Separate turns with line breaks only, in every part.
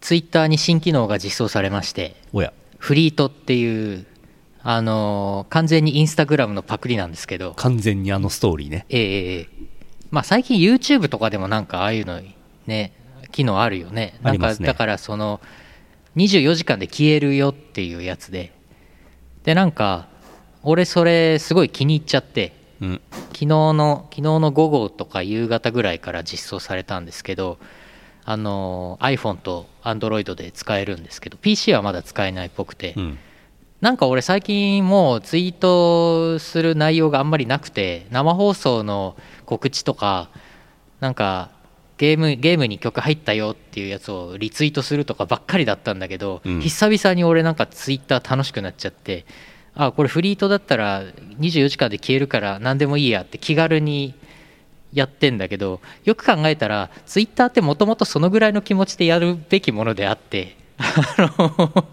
ツイッターに新機能が実装されまして
おや
フリートっていうあのー完全にインスタグラムのパクリなんですけど
完全にあのストーリーね
ええええまあ最近 YouTube とかでもなんかああいうのね機能あるよね
あ
な
り
ん
ま
か
すね
だからその24時間で消えるよっていうやつででなんか俺それすごい気に入っちゃって
うん
昨日の昨日の午後とか夕方ぐらいから実装されたんですけどあの iPhone と Android で使えるんですけど PC はまだ使えないっぽくて、
うん
なんか俺最近もうツイートする内容があんまりなくて生放送の告知とかなんかゲームゲームに曲入ったよっていうやつをリツイートするとかばっかりだったんだけど、
うん
久々に俺なんかツイッター楽しくなっちゃってあこれフリートだったら24時間で消えるから何でもいいやって気軽にやってんだけどよく考えたらツイッターってもともとそのぐらいの気持ちでやるべきものであって あの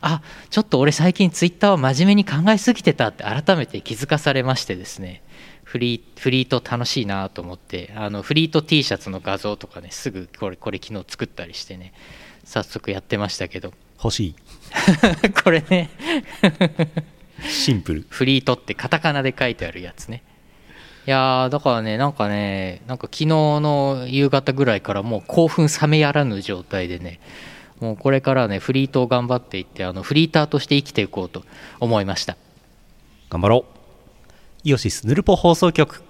あちょっと俺最近ツイッターを真面目に考えすぎてたって改めて気づかされましてですねフリーフリート楽しいなと思ってあのフリート T シャツの画像とかねすぐこれこれ昨日作ったりしてね早速やってましたけど
欲し
これね
いシンプル
フリートってカタカナで書いてあるやつねいやーだからねなんかねなんか昨日の夕方ぐらいからもう興奮冷めやらぬ状態でねもうこれからねフリートを頑張っていってあのフリーターとして生きていこうと思いました
頑張ろうイオシスヌルポ放送局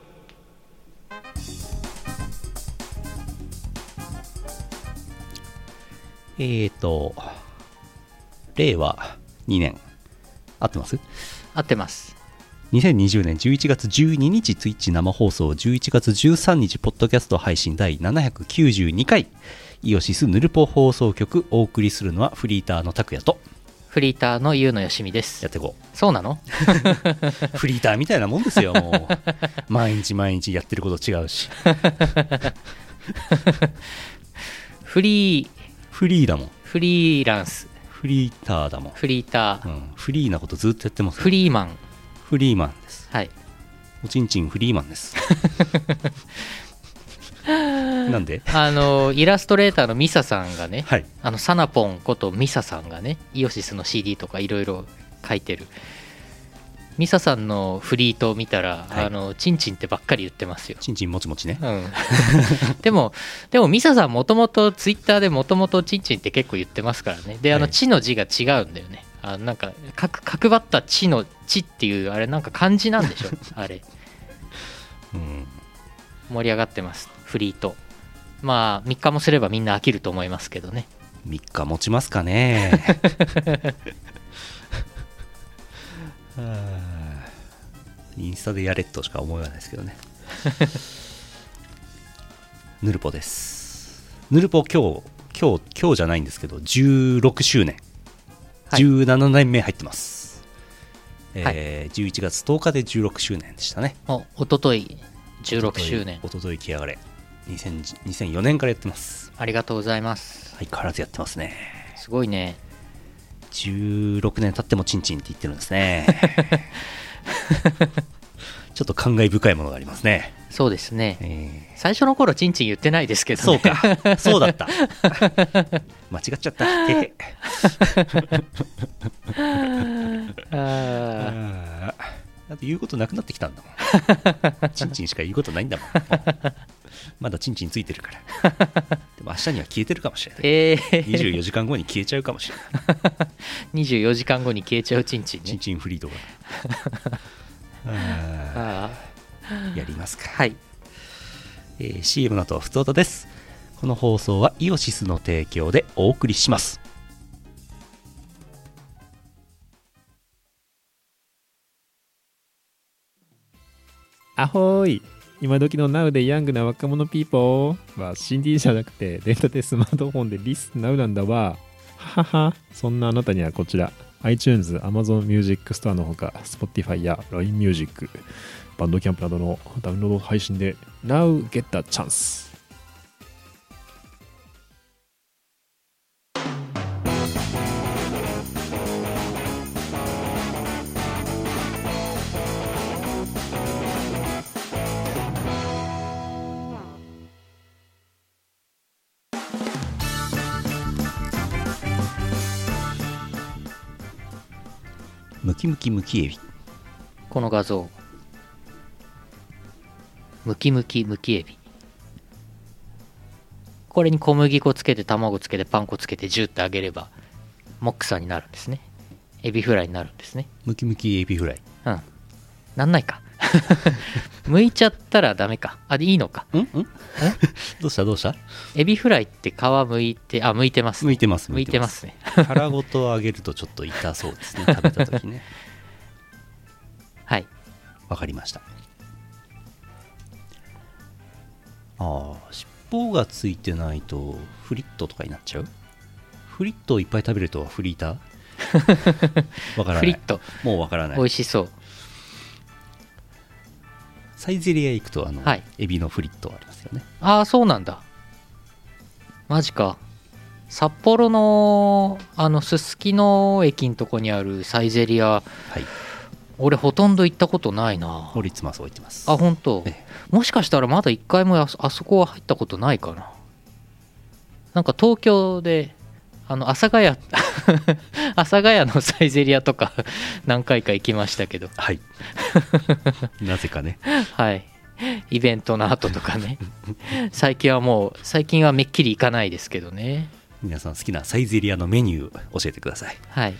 えーと令和2年合ってます
合ってます
2020年11月12日ツイッチ生放送11月13日ポッドキャスト配信第792回イオシスヌルポ放送局お送りするのはフリーターの拓也と
フリーターのゆうのよしみです
やっていこう
そうなの
フリーターみたいなもんですよ、もう。毎日毎日やってること違うし。
フリー
フリーだもん。
フリーランス
フリーターだもん。
フリータ
う
ー
ん、フリーなことずっとやってますよ。
フリーマン
フリーマンです。
はい
おちんちんフリーマン です。なんで
あのイラストレーターのミサさんがね
はい。
あのサナポンことミサさんがねイオシスの CD とかいろいろ書いてるミサさんのフリートを見たら、
はい
あのチンチンってばっかり言ってますよ、
ちんちんもちもちね。
うん でもでもミサさんもともとツイッターでもともとチンチンって結構言ってますからねであの
はい
地の字が違うんだよねあのなんか角角張った地の地っていうあれなんか漢字なんで しょあれ
うん。
盛り上がってますフリートまあ3日もすればみんな飽きると思いますけどね
3日持ちます かね。はあインスタでやれとしか思えないです けどね。ヌルポです。ヌルポ今日、今日、今日じゃないんですけど、16周年。
はい
17年目入ってます。
はい
えー11月10日で16周年でしたね。
おおととい16周年
おととい来やがれ。2000 2004年からやってます。
ありがとうございます。
相変わらずやってますね。
すごいね。
16年経ってもチンチンって言ってるんです ねちょっと感慨深いものがありますね、
そうですね。
え
最初の頃チンチン言ってないですけ
ー
どね。
そう。か そうだった間違っちゃったへへ
あー
あーだって言うことなくなってきたんだも んチンチンしか言うことないんだもんまだチンチンついてるからでも明日には消えてるかもしれない
えー、
24時間後に消えちゃうかもしれない
24時間後に消えちゃうチンチン
チン
ね。
チンフリ ードがあ
あ
ーやりますか
ーはい。
えー CM の後ふつおたですこの放送はイオシスの提供でお送りします
アホーい今時の Now でヤングな若者ピーポーは CD じゃなくてレンタでスマートフォンでリスナウなんだわはははそんなあなたにはこちら iTunes、Amazon Music Store のほか Spotify や LINE Music バンドキャンプなどのダウンロード配信で Now get the chance
ムキムキムキエビ
この画像ムキムキムキエビこれに小麦粉つけて卵つけてパン粉つけてジューって揚げればモックさになるんですねエビフライになるんですね
ムキムキエビフライ
うんなんないか 剥いちゃったらダメかあでいいのか
んん どうしたどうした
エビフライって皮剥いてあ剥いてます
向いてます
剥いてますね
殻ごと揚げるとちょっと痛そうです ね食べた時ね
はい
わかりましたああ尻尾がついてないとフリットとかになっちゃうフリットをいっぱい食べるとはフリーター わからない
フリット
もうわからな
美味
い
しそう
サイゼリア行くとあの、
はい
エビのフリットありますよね
ああそうなんだマジか札幌のあのすすきの駅のとこにあるサイゼリア
はい
俺ほとんど行ったことないな
堀つます置いてます
あ本当
ええ
もしかしたらまだ一回もあそあそこは入ったことないかななんか東京であの阿佐ヶ谷 阿佐ヶ谷のサイゼリアとか何回か行きましたけど
はい なぜかね
はいイベントの後とか ね最近はもう最近はめっきり行かないですけどね
皆さん好きなサイゼリアのメニュー教えてください
はい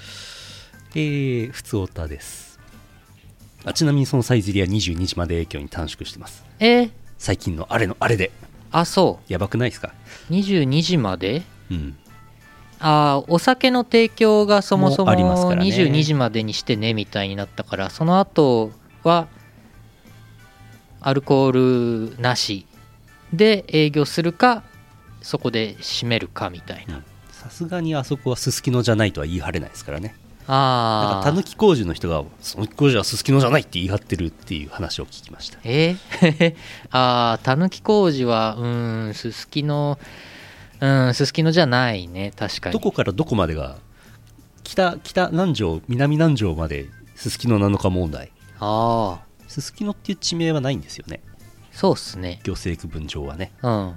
えー、普通オタですあちなみにそのサイゼリア22時まで営業に短縮してます
えー
最近のあれのあれで
あそ
やばくないですか
う22時まで
うん
ああお酒の提供がそもそも
もうありますからね
22時までにしてねみたいになったからその後はアルコールなしで営業するかそこで閉めるかみたいな
うんさすがにあそこはすすきのじゃないとは言い張れないですからねなん
あ
か
あ
たぬき工事の人がその工事はすすきのじゃないって言い張ってるっていう話を聞きました
え ーああたぬき工事はうーんすすきのうんすすきのじゃないね確かに
どこからどこまでが北北南城南南城まですすきの7日問題
ああ
すすきのっていう地名はないんですよね
そうっすね
行政区分上はね
うんうん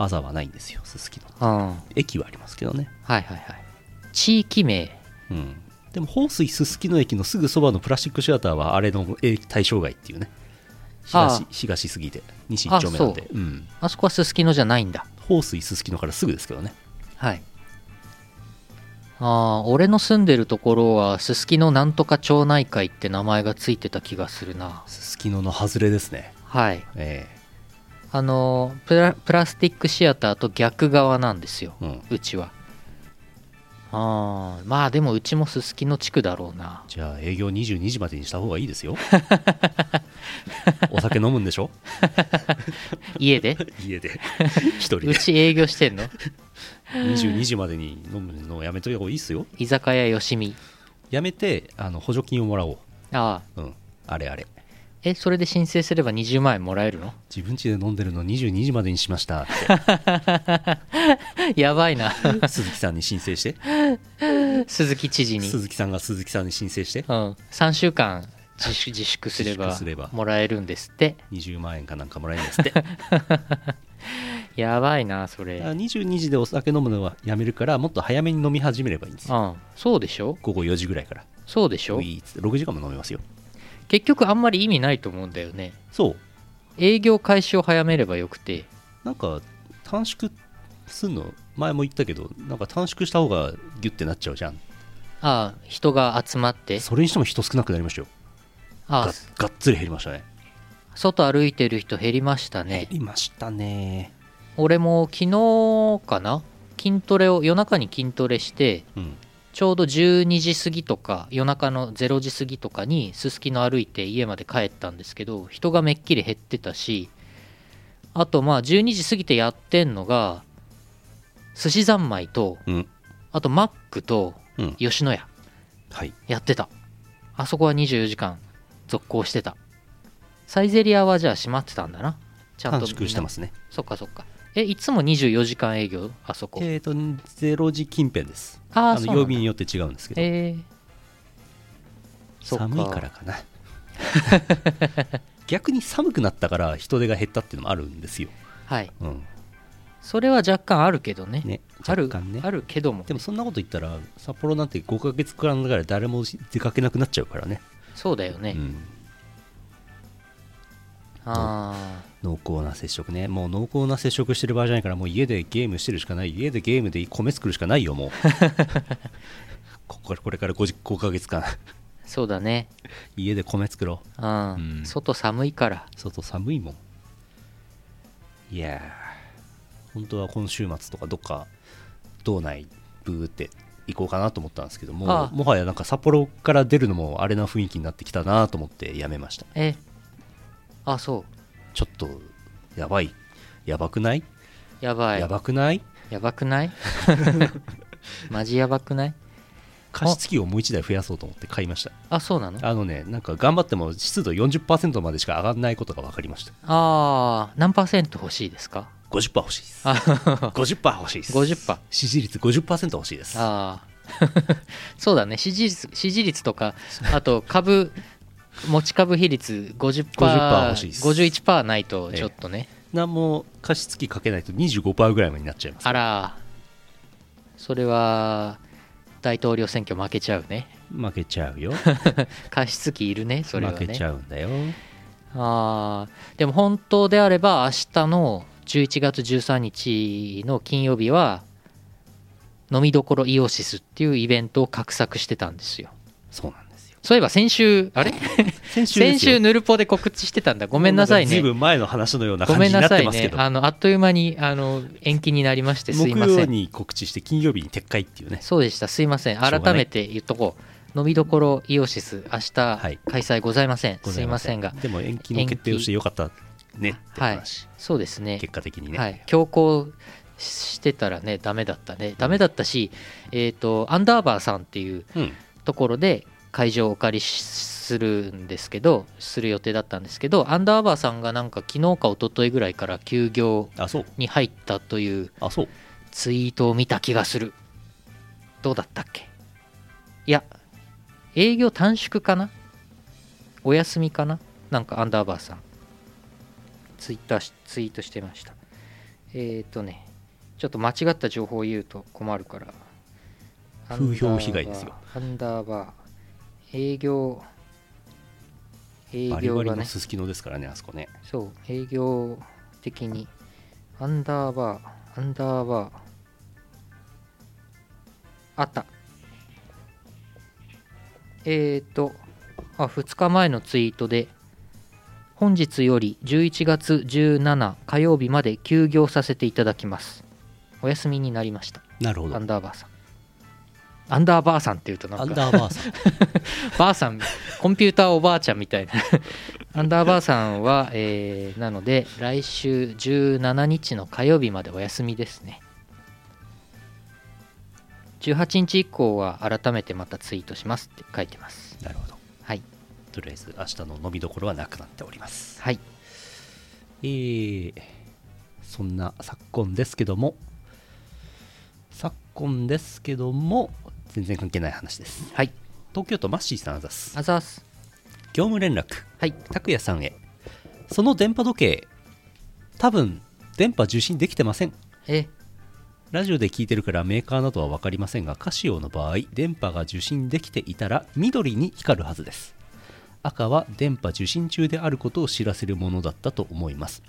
あざはないんですよすすきの
はい
駅はありますけどね
はいはい地域名
うんでも放水すすきの駅のすぐそばのプラスチックシアターはあれのえー対象外っていうね
ああ
東東すぎて西一丁目なんで
あ
うん
あそこはすすきのじゃないんだ。
放水すすきのからすぐですけどね
はい。ああー、俺の住んでるところは、すすきのなんとか町内会って名前がついてた気がするな。
すすきのの外れですね
はい。
え
あのープラ、プラスティックシアターと逆側なんですよ。
えうん
うちは。ああ、まあでもうちもすすきの地区だろうな。
じゃあ営業22時までにした方がいい ですよお酒飲むんでしょ
家 で
家で一人で
うち営業してんの
22時までに飲むのやめといた方がいいっすよ
居酒屋よしみ。
やめてあの補助金をもらおう
ああ、
うんあれあれ
え、それで申請すれば20万円もらえるの
自分家で飲んでるの22時までにしましたって
やばいな。
鈴木さんに申請 して
鈴木知事に。
鈴木さんが鈴木さんに申請して
うん、3週間自粛自粛すれば
自粛すれば
もらえるんですって
20万円かなんかもらえるんですって だか
やばいなそれ
ら22時でお酒飲むのはやめるからもっと早めに飲み始めればいいんですよ
うんそうでしょ
午後4時ぐらいから
そうでしょ
いいっつって6時間も飲めますよ
結局あんまり意味ないと思うんだよね
そう
営業開始を早めればよくて
なんか短縮すんの前も言ったけどなんか短縮した方がギュッてなっちゃうじゃん
ああ人が集まって
それにしても人少なくなりましたよ
あ
が
あ
がっつり減りましたね
外歩いてる人減りましたね
減りましたね
俺も昨日かな筋トレを夜中に筋トレして
うん
ちょうど12時過ぎとか夜中の0時過ぎとかにすすきの歩いて家まで帰ったんですけど人がめっきり減ってたしあとまあ12時過ぎてやってんのが寿司三昧と
うん
あとマックと
うん
吉野家
はい
やってたあそこは24時間続行してたサイゼリアはじゃあ閉まってたんだなちゃんと
短縮してますすね
そっかそっかえいつも24時間営業あそこ
えっ、ー、と0時近辺です
ああそう
の
なんだ
曜日によって違うんですけど、
えーそっ
寒いからかな 逆に寒くなったから人手が減ったっていうのもあるんですよ、
はい
うん、
それは若干あるけどね
ね
ある
若干ね
あるけどもね、
でもそんなこと言ったら札幌なんて5ヶ月間だから誰も出かけなくなっちゃうからね
そうだよね、
うん
あ
濃厚な接触ねもう濃厚な接触してる場合じゃないからもう家でゲームしてるしかない家でゲームで米作るしかない よもうこここれから 5, 5ヶ月間
あそうだね
家で米作ろう
あー
うん
外寒いから
外寒いもんいやー本当は今週末とかどっか道内ブーって行こうかなと思ったんですけども
ああ
もはやなんか札幌から出るのもあれな雰囲気になってきたなと思ってやめました
えあそう
ちょっとやばいやばくない、
やばい
やばくない
やばくない マジやばくない
加湿器をもう1台増やそうと思って買いました
あそうなのあ
あのねなんか頑張っても湿度40%までしか上がらないことが分かりました
あー何パーセント欲しいですか
50%欲しい です
あ
50%欲しいです
50%
支持率50%欲しいです
あー そうだね支持率支持率とかあと株持ち株比率50%,
50%欲しいです
51%ないとちょっとね、
何も加湿器かけないと25%ぐらいまでになっちゃいます
あらそれは大統領選挙負けちゃうね
負けちゃうよ
加湿器いるね それはね
負けちゃうんだよ
あーでも本当であれば明日の11月13日の金曜日は飲みどころイオシスっていうイベントを画策してたんですよ
そうなんですよ
そういえば先週あれ
先週
先週ヌルポで告知してたんだごめんなさい
ずい
ね
ぶん前の話のような
ご
感
め
じ
ん
に
な
なっ
さ
て
い
ますけ
ね
ど、
あのあっという間にあの延期になりましてすい
木
ませ
曜
ん
に告知して金曜日に撤回っていうね
そうでしたすいません
ょうがない
改めて言っとこう飲みどころイオシス明日
い
開催ございません、
ご
す
ざ
いませんが
でも延期の決定をしてよかったねって話、
そうですね
結果的にね、
はい、強行してたらねダメだったねダメだったし、えー、とアンダーバーさんっていう
うん
ところで会場をお借りしするんですけどする予定だったんですけどアンダーバーさんがなんか昨日か一昨日ぐらいから休業
あそう
に入ったという
あそう
ツイートを見た気がするどうだったっけいや営業短縮かなお休みかななんかアンダーバーさんツイッターしツイートしてましたえっ、ー、とねちょっと間違った情報を言うと困るから
風評被害ですよ
アンダーバー営業営
バリ
業
バリ
が
の
ね
すすきのですからねあそこね
そう、営業的に、アンダーバー、アンダーバー、あった。えっ、ー、と、あ、2日前のツイートで、本日より11月17火曜日まで休業させていただきます。お休みになりました、
なるほど
ア
アン
ンダーバーさん。アンダーバーさんっていうとなんか
ダーバーさん
ばあさん、コンピューターおばあちゃんみたいな。 アンダーバーさんは、えーなので、来週17日の火曜日までお休みですね。18日以降は改めてまたツイートしますって書いてます。
なるほど
はい。
とりあえず明日の飲みどころはなくなっております
はい。
えーそんな昨今ですけども昨今ですけども全然関係ない話です
はい。
東京都マッシーさんあざす
あざーす。
業務連絡
はい。
拓也さんへその電波時計多分電波受信できてません
え、
ラジオで聞いてるからメーカーなどは分かりませんがカシオの場合電波が受信できていたら緑に光るはずです赤は電波受信中であることを知らせるものだったと思います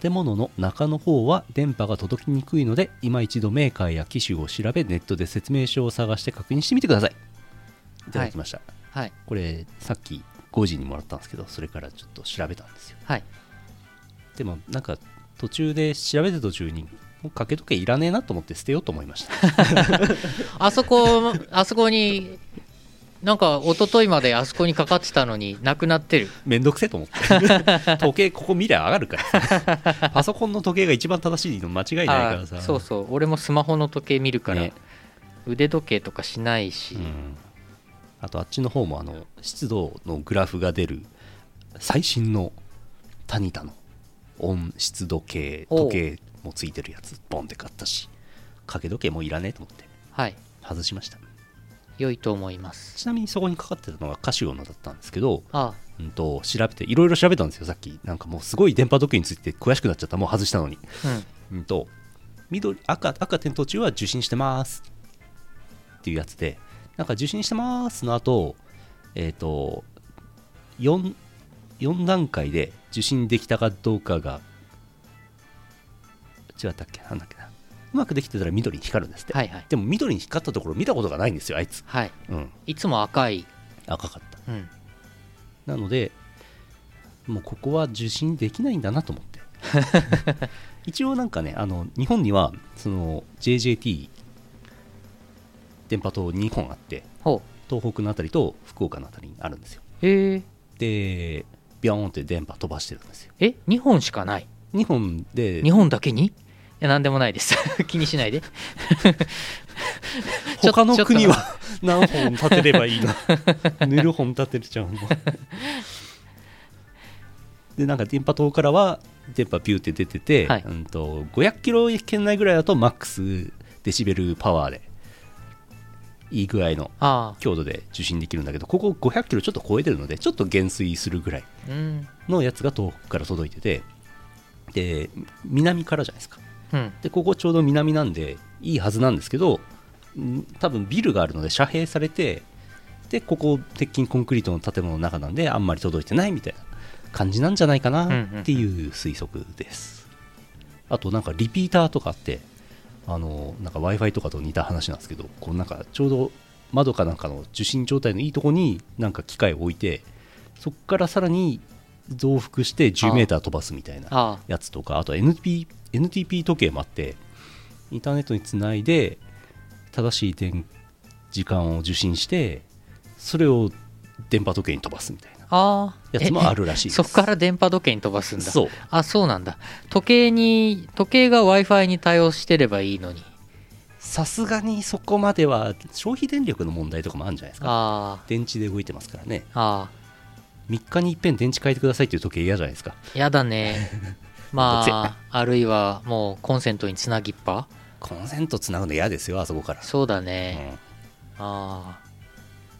建物の中の方は電波が届きにくいので今一度メーカーや機種を調べネットで説明書を探して確認してみてくださいいただきました、
はい。
これさっき5時にもらったんですけどそれからちょっと調べたんですよ
はい。
でもなんか途中で調べて途中にもう掛け時計いらねえなと思って捨てようと思いました
あそこ、あそこに、なんか一昨日まであそこにかかってたのになくなってる。
めんどくせえと思 って。時計、ここ見りゃ上がるからさ。パソコンの時計が一番正しいの間違いないからさ。
あそうそう俺もスマホの時計見るから、
ね
腕時計とかしないし、
うんあと、あっちの方も、あの、湿度のグラフが出る、最新のタニタの温湿度計、
おう
時計もついてるやつ、ボンって買ったし、掛け時計もういらねえと思って、
はい
外しました。
良いと思います
ちなみにそこにかかってたのがカシオのだったんですけど、
あ
うんと、調べて、いろいろ調べたんですよ、さっき。なんかもうすごい電波時計について詳しくなっちゃった、もう外したのに。
うん
うんと緑赤赤点灯中は受信してますっていうやつでなんか受信してますの後えっ、と 4, 4段階で受信できたかどうかが違ったっけなんだっけなうまくできてたら緑に光るんですって、
はいはい
でも緑に光ったところ見たことがないんですよあいつ
はい
うん
いつも赤い、
赤かった
うん、
なのでもうここは受信できないんだなと思って一応なんかねあの日本にはその JJT 電波塔2本あって
ほ
東北のあたりと福岡のあたりにあるんですよ
うへえ
でビョーンって電波飛ばしてるんですよ
え2本しかない
2本で
日本だけにいや何でもないです 気にしないでちょ
他の国
ちょっ
は 何本立てれ ばいいの塗る本立てるちゃうの でなんか電波塔からは電波ピューって出てて、
はい
うん、と500キロ圏内ぐらいだとマックスデシベルパワーでいい具合の
とあ
強度で受信できるんだけどここ500キロちょっと超えてるのでちょっと減衰するぐらい
あうん
のやつが東北から届いててで南からじゃないですか
うん
でここちょうど南なんでいいはずなんですけどん多分ビルがあるので遮蔽されてでここ鉄筋コンクリートの建物の中なんであんまり届いてないみたいな感じなんじゃないか
うん
な
うん
っていう推測です、あとなんかリピーターとかあってあのなんか w i f i とかと似た話なんですけどこうなんかちょうど窓かなんかの受信状態のいいとこになんか機械を置いてそこからさらに増幅して1 0ー飛ばすみたいな
あ
やつとかあと NTP, NTP 時計もあってインターネットにつないで正しい点時間を受信してそれを電波時計に飛ばすみたいな
あああ
やつもあ
る
るらしいです
そこから電波時計に飛ばすんだ
そう
あそうなんだ時計に時計が w i f i に対応してればいいのに
さすがにそこまでは消費電力の問題とかもあるんじゃないですか
あ
電池で動いてますからね
ああ
3日にいっぺん電池変えてくださいっていう時計嫌じゃないですか
あやだ ねまああるいはもうコンセントにつなぎっぱ
コンセントつなぐの嫌ですよあそこから、
そうだ
う
ね、
ん、
ああ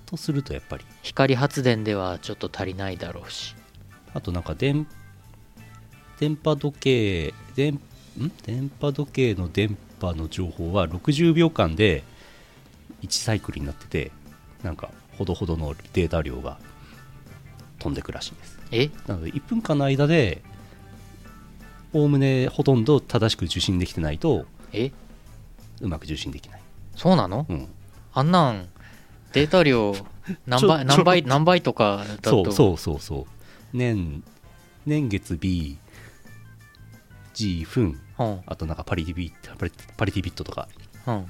とするとやっぱり
光発電ではちょっと足りないだろうし
あとなんか電電波時計電ん電波時計の電波の情報は60秒間で1サイクルになっててなんかほどほどのデータ量が飛んでくらしいです
え
なので1分間の間でおおむねほとんど正しく受信できてないと
え
うまく受信できない、
そうなの
うん、
あんなんデータ量何倍
ちょち
何
ょ
倍何倍とかだ
そ
と
うそうそうそう年年月 BG 分
うん
あとなんかパリティビパリパリティビットとか
うん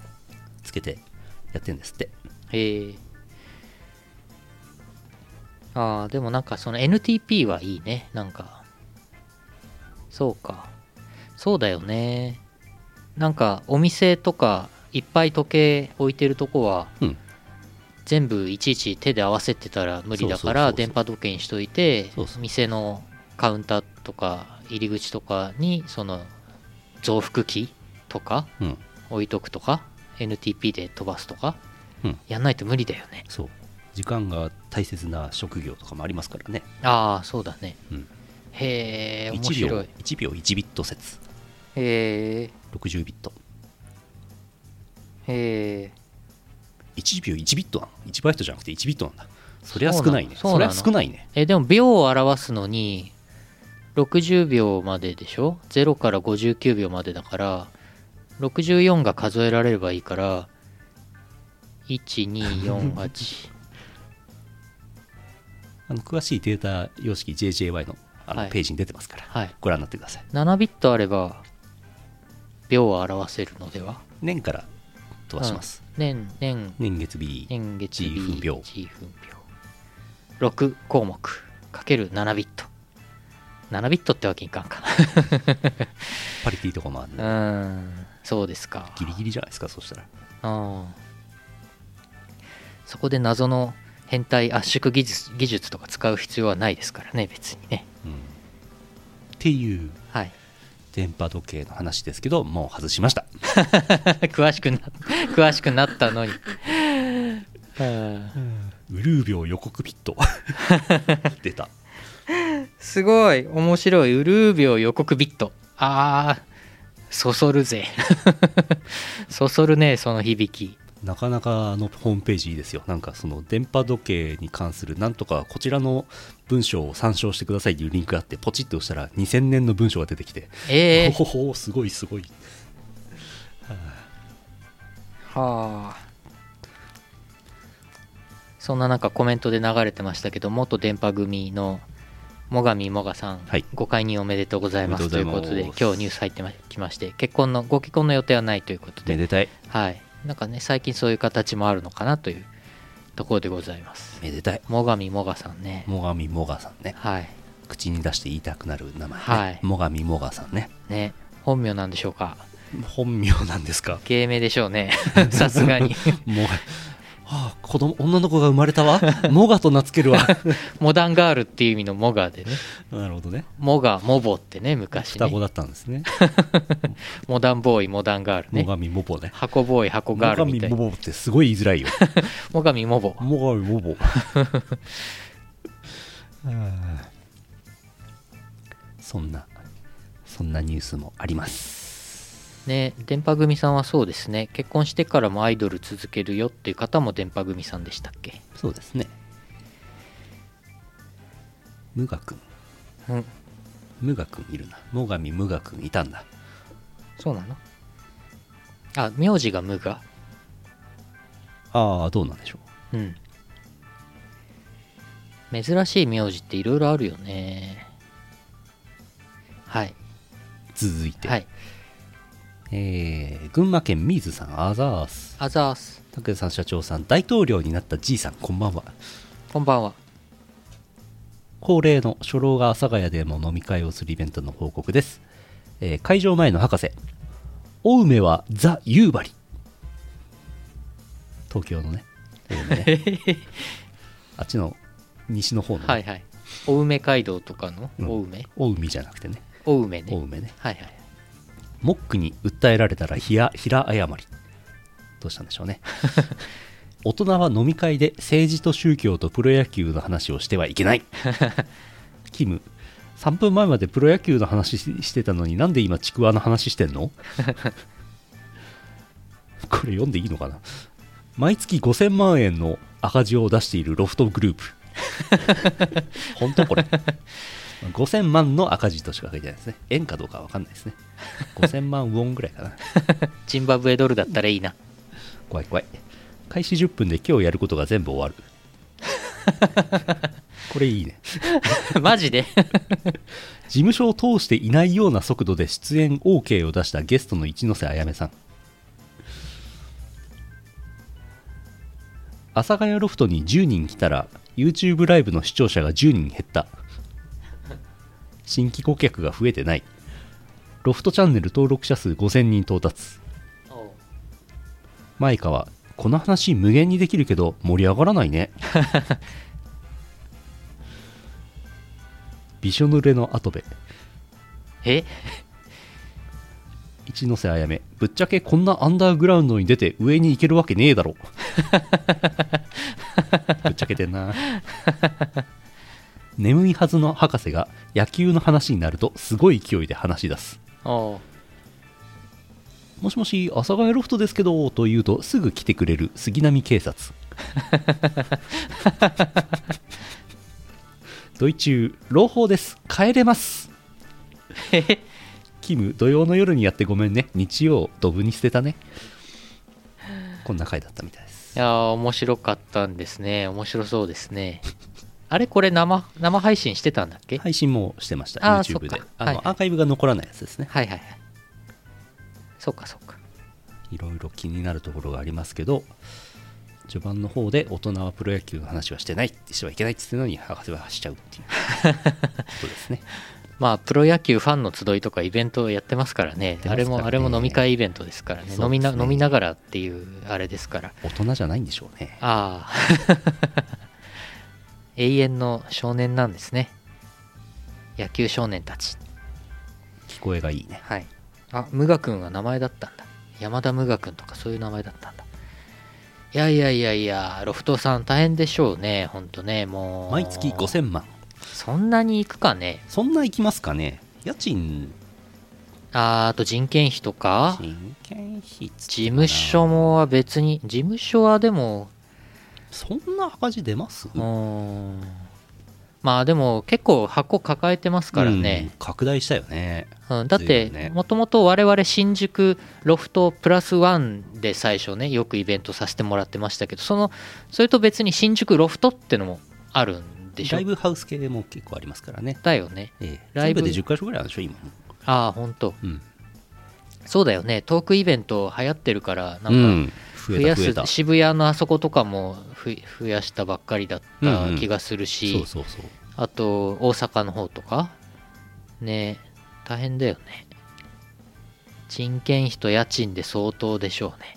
つけてやってんですって
へえああでもなんかその NTP はいいねなんかそうかそうだよねなんかお店とかいっぱい時計置いてるとこは、
うん
全部いちいち手で合わせてたら無理だか
そうそうそうそ
ら
う
電波時計にしといて
そうそう
店のカウンターとか入り口とかにその増幅器とか
うん
置いとくとか NTP で飛ばすとか、
うん
やんないと無理だよね
そう時間が大切な職業とかもありますからね
ああそうだね、
うん
へえ面
1秒
白い
1秒1ビット説
へえ
60ビット
へえ
1秒1ビットなの1バイトじゃなくて1ビットなんだそりゃ少ないねそ
そう
り
な
ゃ
の
少ないね
えでも秒を表すのに60秒まででしょ0から59秒までだから64が数えられればいいから1248
あの詳しいデータ様式 JJY のあの
はい
ページに出てますから、
はい
ご覧になってください
7ビットあれば秒を表せるのでは
年から飛ばします、
年年
年月日
年月日
G 分秒
1分秒6項目かける7ビット7ビットってわけにいかんか
パリティとかもある
う
ね
ーんそうですか
ギリギリじゃないですかそしたら
うんそこで謎の変態圧縮技術技術とか使う必要はないですからね別にね
うんっていう
はい
電波時計の話ですけどもう外しました
詳しくな詳しくなったのにうん
ウルー秒予告ピッ ト出た
すごい面白いウルー秒予告ビットあーそそるぜ そそるねその響き
なかなかあのホームページいいですよ。なんかその電波時計に関するなんとかこちらの文章を参照してくださいっていうリンクがあってポチッと押したら2000年の文章が出てきて、
ええ
ほほほすごいすごい。
はあそんな中コメントで流れてましたけど元電波組の最上もがさん、
はい
ご解任おめでとうございます
おめ
とい
で
う
とうご
こ
ざいます
とで今日ニュース入ってまきまして結婚のご結婚の予定はないということで、
めでたい。
はいなんかね最近そういう形もあるのかなというところでございます
めでたい。
最上もがさんね
もがみもがさんね。
はい
口に出して言いたくなる名前、ね。
はい
もがみもがさんね。
ね本名なんでしょうか
本名なんですか。
芸名でしょうね さすがに
もが。はあ、子供女の子が生まれたわ。もがと名付ける わ。
モダンガールっていう意味のモガでね
なるほどね。
モガモボってね昔
双子
ね
だったん ですね。
モダンボーイモダンガール
も
ね
がみもぼね。
箱ボーイ箱
も
ガ
が
ールみ
み
たい
も
な
ぼってすごい言いづらいよ。
モガミモボ
もがみもぼ。 そんな、そんなニュースもあります。
ね電波組さんはそうですね結婚してからもアイドル続けるよっていう方も電波組さんでしたっけ
そうですね。無我君、
うん
無我君いるな。もがみ無我君いたんだ。
そうなのあ名字が無我
ああ、どうなんでしょ。
うん珍しい名字っていろいろあるよねはいう
続いて、
はい
えー群馬県水さん、アザース。
あざーす
拓也さん、社長さん、大統領になったじいさん、こんばんは。
こんばんは
恒例の初老が阿佐ヶ谷でも飲み会をするイベントの報告です、えー会場前の博士青梅はザ・夕張東京のね青梅ね あっちの西の方のね、
はいはい青梅街道とかの
うん
青梅
青海じゃなくてね
青梅ね
青梅ね
はいはい
モックに訴えられたらひや平謝りどうしたんでしょうね大人は飲み会で政治と宗教とプロ野球の話をしてはいけないキム3分前までプロ野球の話ししてたのになんで今ちくわの話してんのこれ読んでいいのかな毎月5000万円の赤字を出しているロフトグループ本当これ5000万の赤字としか書いてないですね円かどうかは分かんないですね5000万ウォンぐらいかな
ジンバブエドルだったらいい な
怖い怖い開始10分で今日やることが全部終わるこれいいね
マジで
事務所を通していないような速度で出演 OK を出したゲストの一ノ瀬あやめさん阿佐ヶ谷ロフトに10人来たら YouTube ライブの視聴者が10人減った新規顧客が増えてないロフトチャンネル登録者数5000人到達マイカはこの話無限にできるけど盛り上がらないねびしょ濡れの跡部
え
一ノ瀬あやめぶっちゃけこんなアンダーグラウンドに出て上に行けるわけねえだろぶっちゃけてんな眠いはずの博士が野球の話になるとすごい勢いで話し出す
おう
もしもし、阿佐ヶ谷ロフトですけど、と言うとすぐ来てくれる杉並 警察。ドイ中、朗報です。帰れます。キム、土曜の夜にやってごめんね。日曜、ドブに捨てたね。こんな回だったみたいです。
いやー面白かったんですね面白そうですねあれこれ生生配信してたんだっけ、
配信もしてました、
あー
YouTube
そっ
で
か。
あの、
はいはい
アーカイブが残らないやつですね。
はいはいはいそうかそうか
いろいろ気になるところがありますけど、序盤の方で大人はプロ野球の話はしてないってしてはいけないって言ってるのに博士はしちゃうっていうことですね。
まあプロ野球ファンの集いとかイベントをやってますからね
て
あ
ますからね
れもあれも飲み会イベントですからね
そうですね
飲みな飲みながらっていうあれですから
大人じゃないんでしょうね。
ああ 永遠の少年なんですね野球少年たち
聞こえがいいね。
はいあ無我君が名前だったんだ山田無我君とかそういう名前だったんだいやいやいやいやロフトさん大変でしょうねほんとねもう
毎月5000万。
そんなに行くかね
そんな行きますかね家賃
あーあと人件費とか
人件費っつ
事務所もは別に事務所はでも
そんな赤字出ます
うーんまあでも結構箱抱えてますから
うん
ね、
拡大したよね
うん、だっ
随分
て
ね
もともと我々新宿ロフトプラスワンで最初ねよくイベントさせてもらってましたけどそのそれと別に新宿ロフトってのもあるんでしょ
ライブハウス系も結構ありますからね、
だよね
ええ、
ライ
全
ブ
部で10か所ぐらいあるでしょ今
ああ本当
うん
そうだよねトークイベント流行ってるからなか
うんん増
増
え
や
た増
す
えたそ
渋谷のあそことかもふ増やしたばっかりだった気がするし、
うそうそう
あと大阪の方とかね大変だよね人件費と家賃で相当でしょうね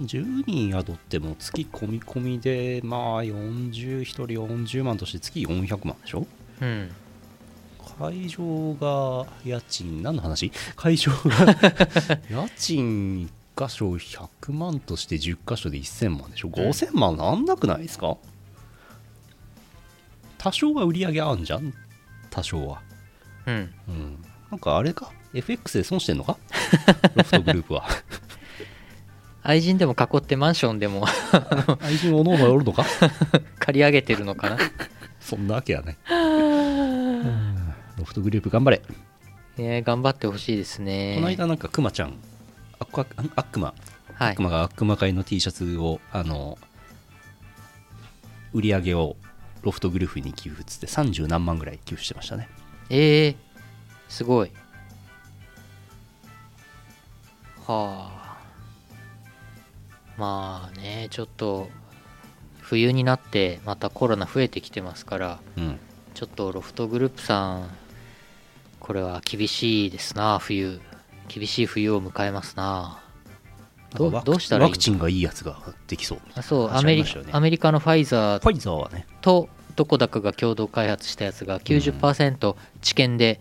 10人宿っても月込み込みでまあ40 1人40万として月400万でしょ
うん
会場が家賃何の話会場 が家賃1箇所100万として10箇所で1000万でしょ5000万なんなくないですか多少は売り上げあんじゃん多少は
うん
うんなんかあれか FX で損してんの かロフトグループは
愛人でも囲ってマンションでも
愛人おのおのおるのか
借り上げてるのかな
そんなわけやねうんロフトグループ頑張れ
ね頑張ってほしいですね
この間なんかクマちゃんあっあっくま
はい
悪魔が悪魔会の T シャツをあの売り上げをロフトグループに寄付っつって30何万ぐらい寄付してましたね
ええすごいはあまあねちょっと冬になってまたコロナ増えてきてますから
うん
ちょっとロフトグループさんこれは厳しいですな冬厳しい冬を迎えますなど
ワク
どうしたらいい
ワクチンがいいやつができそう
あそうア
話あ
メ
り
リ
ましたよね
アメリカのファイザー
ファイザーはね
とどこだかが共同開発したやつが90%治験で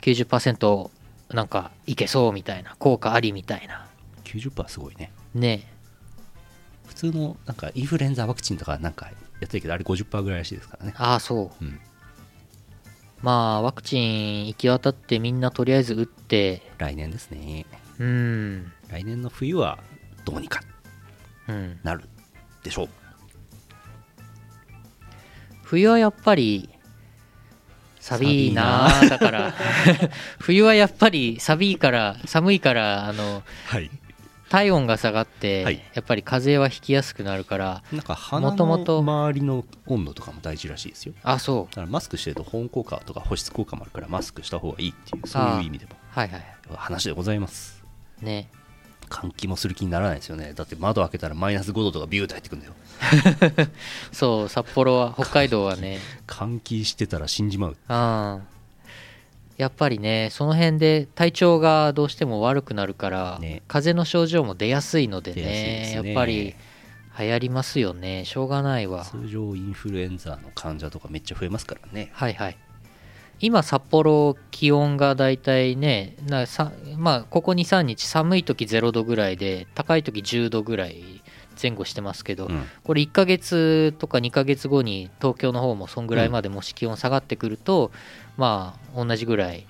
90%なんかいけそうみたいな効果ありみたいな
90%すごいね
ね
普通のなんかインフルエンザワクチンとかなんかやってるけどあれ50%ぐらいらしいですからね
ああそう、
うん
まあワクチン行き渡ってみんなとりあえず打って
来年ですね
うん
来年の冬はどうにか
うん
なるでしょう
冬はやっぱりサビーなーだから 冬はやっぱりサビーから寒いからあの
はい
体温が下がって、
はい
やっぱり風邪はひきやすくなるから
なんか鼻
元
の
々
周りの温度とかも大事らしいですよ
あそう
だからマスクしてると保温効果とか保湿効果もあるからマスクした方がいいっていうそういう意味でも
はいはい
話でございます
ね
換気もする気にならないですよねだって窓開けたらマイナス5度とかビューって入ってくるんだよ
そう札幌は北海道はね
換気してたら死んじま う
うんやっぱりねその辺で体調がどうしても悪くなるから、
ね
風邪の症状も出やすいので
出やすいで
ね
すね
やっぱり流行りますよねしょうがないわ
通常インフルエンザの患者とかめっちゃ増えますからね
はいはい今札幌気温がだいたいねなさまあここ23日寒い時0度ぐらいで高い時10度ぐらい前後してますけど、
うん
これ1ヶ月とか2ヶ月後に東京の方もそんぐらいまでもし気温下がってくると、まあ同じぐらい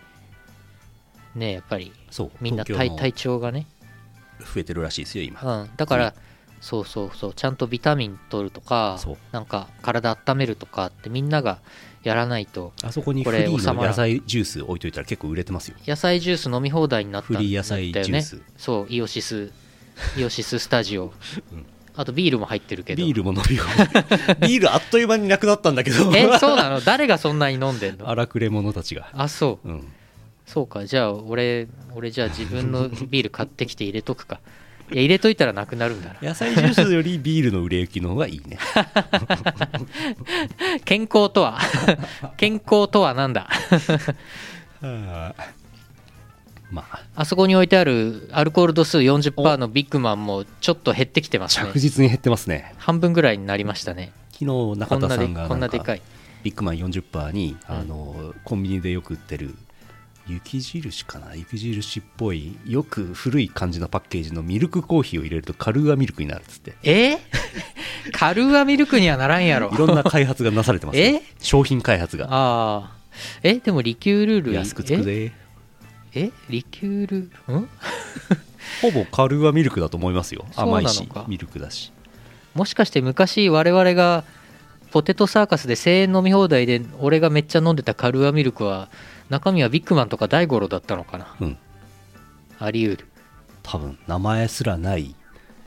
ねやっぱり
そう
みんな
東京
体
も
体調がね、
増えてるらしいですよ今
うん、だから、そうそうそうちゃんとビタミン取るとか
そう
なんか体温めるとかってみんながやらないと
あそこに
こ
フ
れ
リー
収ま
の
らん
野菜ジュース置いといたら結構売れてますよ
野菜ジュース飲み放題になったんだ
フ
よね
リー野菜ジュース
そうイオシ スイオシススタジオ、
うん
あとビールも入ってるけど
ビールも飲みよ うビールあっという間になくなったんだけど
えそうなの誰がそんなに飲んでんの
荒くれ者たちが
あそう
うん
そうかじゃあ俺俺じゃあ自分のビール買ってきて入れとくかいや入れといたらなくなるんだな
野菜ジュースよりビールの売れ行きの方がいい ね
健康と は健康とはなんだ
はあまあ
あそこに置いてあるアルコール度数40%のビッグマンもちょっと減ってきてますね
着実に減ってますね
半分ぐらいになりましたね
昨日
こ
中
ん
田
な
さ
で
んが
こんな
な
んでか
か
い
ビッグマン40%に
うん
あのコンビニでよく売ってる雪印かな雪印っぽいよく古い感じのパッケージのミルクコーヒーを入れるとカルーアミルクになるっ つって
えカルーアミルクにはならんやろ
いろんな開発がなされてますよ
え
商品開発が
ああえでもリキュール類
安くつくぜ
ええリキュールん
ほぼカルーアミルクだと思いますよ
そうなの
甘
か
いしミルクだし
もしかして昔我々がポテトサーカスで1000円飲み放題で俺がめっちゃ飲んでたカルアミルクは中身はビッグマンとか大五郎だったのかな
うん
あり得る
多分名前すらない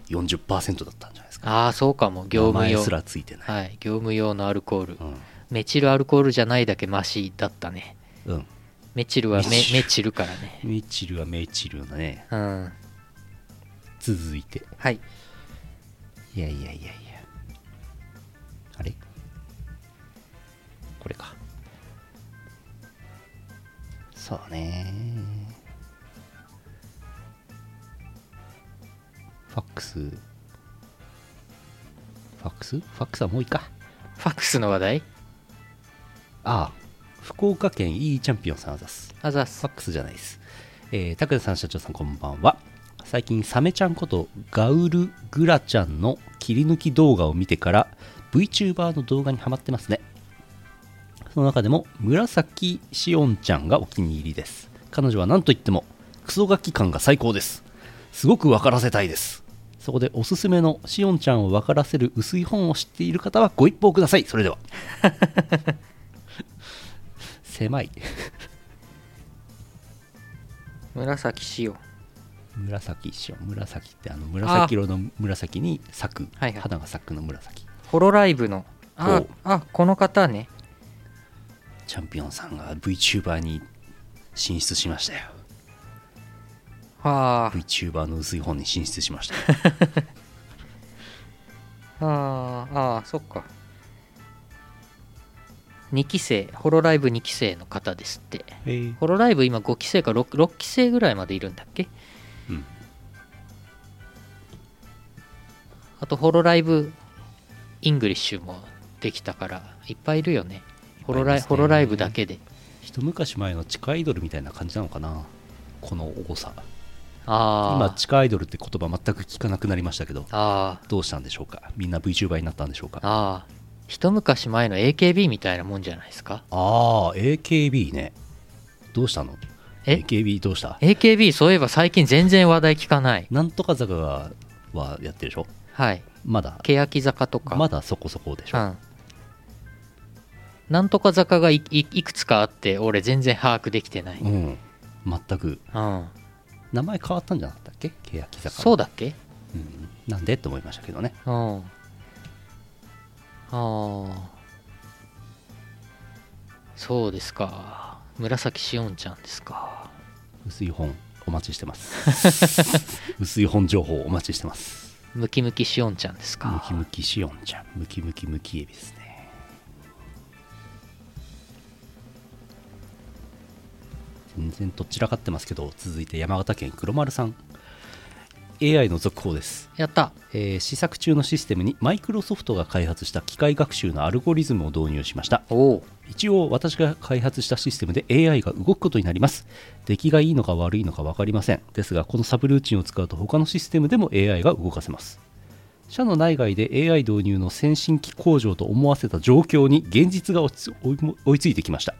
40%だったんじゃないですか
ああそうかも業
名
務
前
用
すらついてない、
はい業務用のアルコール
うん
メチルアルコールじゃないだけマシだったね
うん、
メチルはメ
メチル
メチルからね
メチルはメチルだね
うん
続いて
はい
いやいやいやいやあれこれかそうねファックスファックスファックスはもういいか
ファックスの話題
ああ福岡県 E チャンピオンさんあざす
あざっ
フ
す
ァックスじゃないです。えー、拓也さん、社長さん、こんばんは。最近、サメちゃんことガウルグラちゃんの切り抜き動画を見てから VTuber の動画にハマってますね。その中でも、紫しおんちゃんがお気に入りです。彼女は何と言っても、クソガキ感が最高です。すごく分からせたいです。そこでおすすめのしおんちゃんを分からせる薄い本を知っている方はご一報ください。それでは。狭い。
紫塩
紫っしょ紫ってあの紫色の紫に咲く、
はいはい
花が咲くの紫
ホロライブのあ
お
あこの方ね
チャンピオンさんが VTuber に進出しましたよ
は
VTuber の薄い本に進出しましたよ
ああーあーそっか2期生ホロライブ2期生の方ですってホロライブ今5期生か 6, 6期生ぐらいまでいるんだっけ
うん
あとホロライブイングリッシュもできたからいっぱいいるよねホロライ
いっぱいいますね
ホロライブだけで
一昔前の地下アイドルみたいな感じなのかなこの多さ今
あー
地下アイドルって言葉全く聞かなくなりましたけど
あー
どうしたんでしょうかみんな VTuber になったんでしょうかあ
あー一昔前の AKB みたいなもんじゃないですか
あー AKB ねどうしたの
え
AKB どうした
AKB そういえば最近全然話題聞かない
なんとか坂がはやってるでしょ
はい
まだ
欅坂とか
まだそこそこでしょ、
うん、なんとか坂がいいいくつかあって俺全然把握できてない、う
うん、全く
ん、
名前変わったんじゃなかったっけ欅坂
そう
だ、
だっけ
うん、なんでって思いましたけどね
うんああそうですか紫しおんちゃんですか
薄い本お待ちしてます 薄い本情報お待ちしてます
ムキムキしおんちゃんです
ム
か
キムキシオンちゃんムキムキムキエビですね全然とっちらかってますけど続いて山形県黒丸さん AI の続報です
やった
えー試作中のシステムにマイクロソフトが開発した機械学習のアルゴリズムを導入しました
おお
一応私が開発したシステムで AI が動くことになります出来がいいのか悪いのか分かりませんですがこのサブルーチンを使うと他のシステムでも AI が動かせます社の内外で AI 導入の先進機工場と思わせた状況に現実が追いつ追いも追いついてきました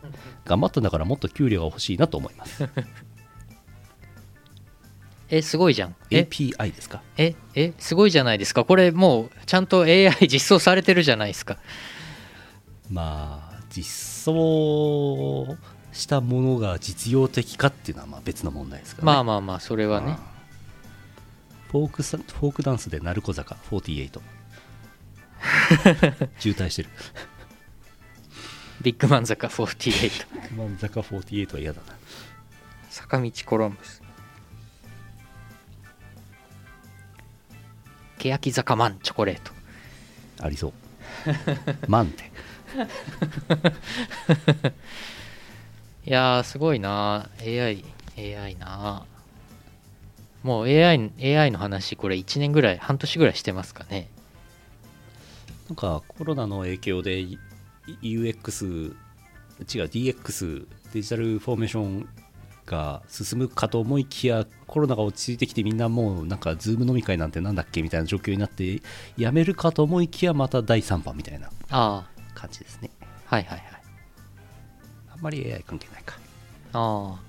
頑張ったんだからもっと給料が欲しいなと思います
えすごいじゃんえ
API ですか
ええすごいじゃないですかこれもうちゃんと AI 実装されてるじゃないですか
まあ実装したものが実用的かっていうのはまあ別の問題ですから、ね、
まあまあまあそれはね
フォークさフォークダンスで鳴子坂48 渋滞してる
ビッグマン坂48
マン坂48は嫌だな
坂道コロンブス欅坂マンチョコレート
ありそうマンって
いやーすごいな AIAI なもう AI, AI の話これ1年ぐらい半年ぐらいしてますかね
なんかコロナの影響でい UX 違う DX デジタルフォーメーションが進むかと思いきやコロナが落ち着いてきてみんなもうなんかズーム飲み会なんてなんだっけみたいな状況になってやめるかと思いきやまた第3波みたいな
あ
感じですね
あはいはいはい
あんまり AI 関係ないか
ああ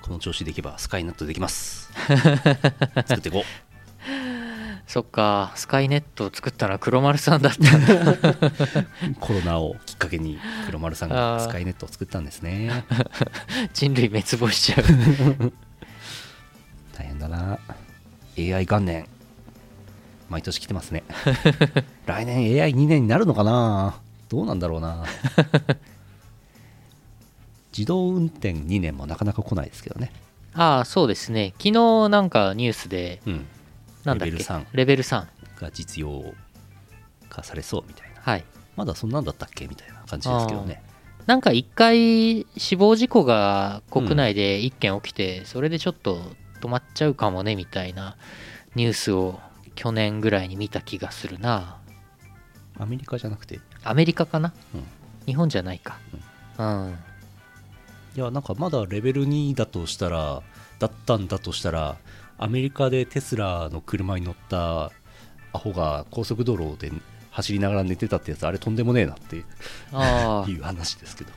この調子でいけばスカイナットできます作っていこう
そっかスカイネットを作ったのは黒丸さんだった んだ
コロナをきっかけに黒丸さんが
あー
スカイネットを作ったんですね
人類滅亡しちゃう
大変だな AI 元年毎年来てますね 来年 AI2 年になるのかなどうなんだろう な自動運転2年もなかなか来ないですけどね
ああそうですね昨日なんかニュースで
うん
なんだっけ
レベル3
レベル3
が実用化されそうみたいな
はい
まだそんなんだったっけみたいな感じですけどね
なんか一回死亡事故が国内で一件起きて、それでちょっと止まっちゃうかもねみたいなニュースを去年ぐらいに見た気がするな
アメリカじゃなくてい
アメリカかな、
うん
日本じゃないかうん、
やなんかまだレベル2だとしたらだったんだとしたらアメリカでテスラの車に乗ったアホが高速道路で走りながら寝てたってやつあれとんでもねえなってい
あ
う話ですけど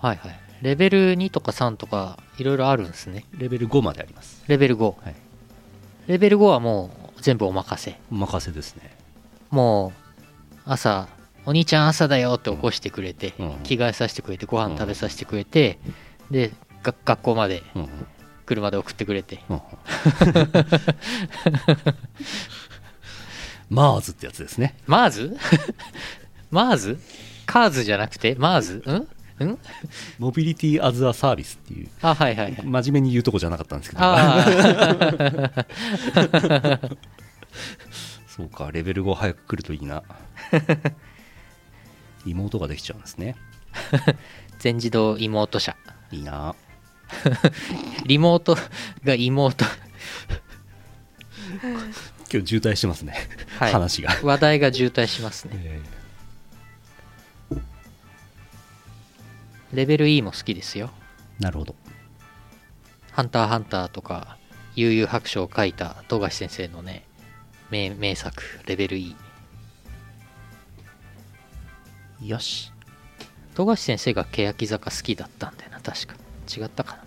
あはいはいレベル2とか3とかいろいろあるんですね
レベル5まであります
レベル5、
はい
レベル5はもう全部お任せ
お任せですね
もう朝お兄ちゃん朝だよって起こしてくれて、
うん
着替えさせてくれてご飯食べさせてくれて、でが学校まで
うんうん
車で送ってくれて
うんうん マーズってやつですね
マーズ マーズカーズじゃなくてマーズんん
モビリティ・アズ・ア・サービスっていう
あはいはいはい
真面目に言うとこじゃなかったんですけど
あ
そうかレベル5早く来るといいな 妹ができちゃうんですね
ー全自動妹車
いいな
リモートが妹
今日渋滞してますね、
はい
話が、
話題が渋滞しますねレベル E も好きですよ
なるほど
ハンターハンターとか、悠々白書を書いた富樫先生のね、名名作、レベル E。
よし、
富樫先生が欅坂好きだったんだよな、確か。違ったかな。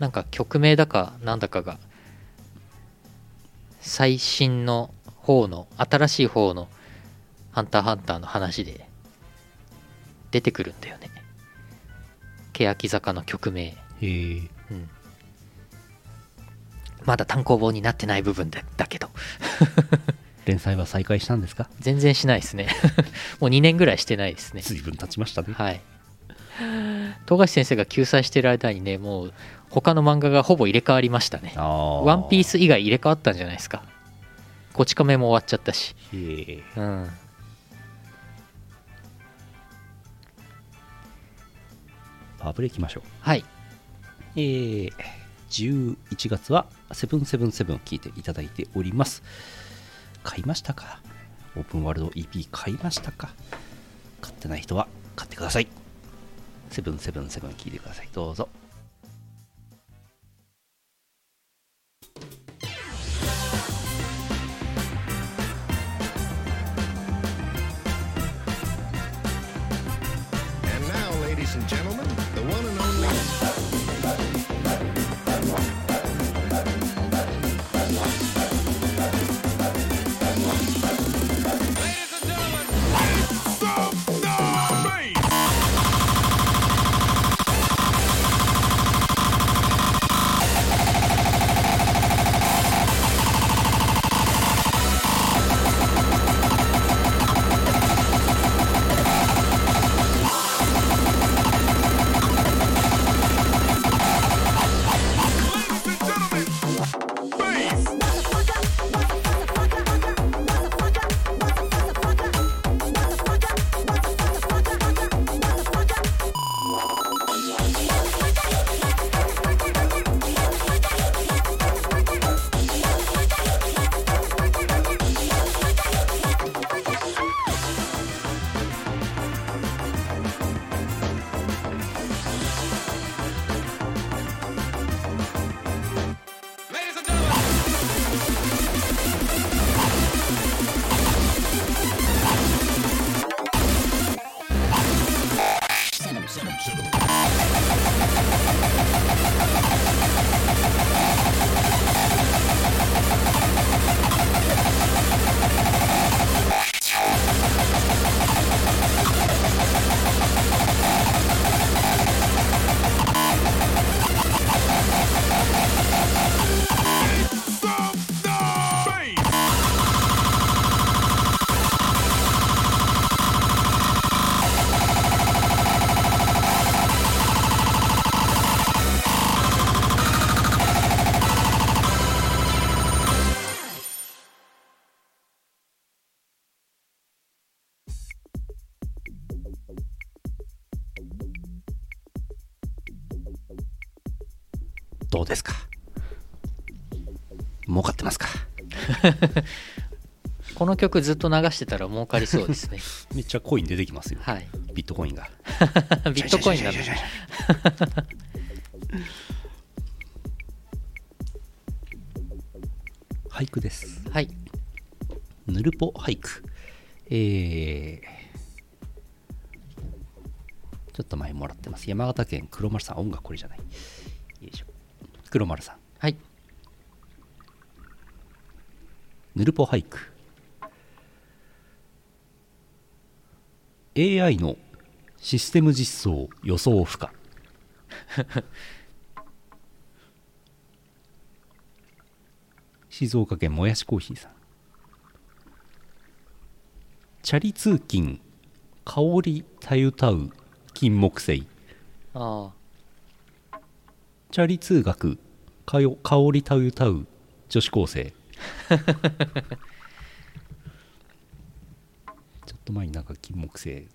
なんか曲名だか、なんだかが、最新の方の、新しい方の、ハンターハンターの話で、出てくるんだよね。欅坂の曲名。
へえ
うんまだ単行本になってない部分だだけど。
連載は再開したんですか
全然しないですね もう2年ぐらいしてないですね
随分経ちましたね
はい富樫先生が救済してる間にねもう他の漫画がほぼ入れ替わりましたね
ああ
ワンピース以外入れ替わったんじゃないですかこち亀も終わっちゃったし
へえ
うん
パワーブレイ行きましょう
はい
えー11月は777聞いていただいております。買いましたかオープンワールド EP 買いましたか買ってない人は買ってください。777聞いてください。どうぞ。
And now, ladies and gentlemen, the one and only.
どうですか儲かってますか
この曲ずっと流してたら儲かりそうです ね
めっちゃコイン出てきますよ、
はい
ビットコインが
ビットコインなんで
ちょいちょいちょいちょいちょい俳句です
はい
ぬるぽ俳句えーちょっと前もらってます山形県黒丸さん音楽これじゃないよいしょ黒丸さん
はい
ぬるぽ俳句 AI のシステム実装予想不可静岡県もやしコーヒーさんチャリ通勤香りたゆたう金木犀
あ
チャリ通学かよ香りたうたう女子高生 ちょっと前になんか金木犀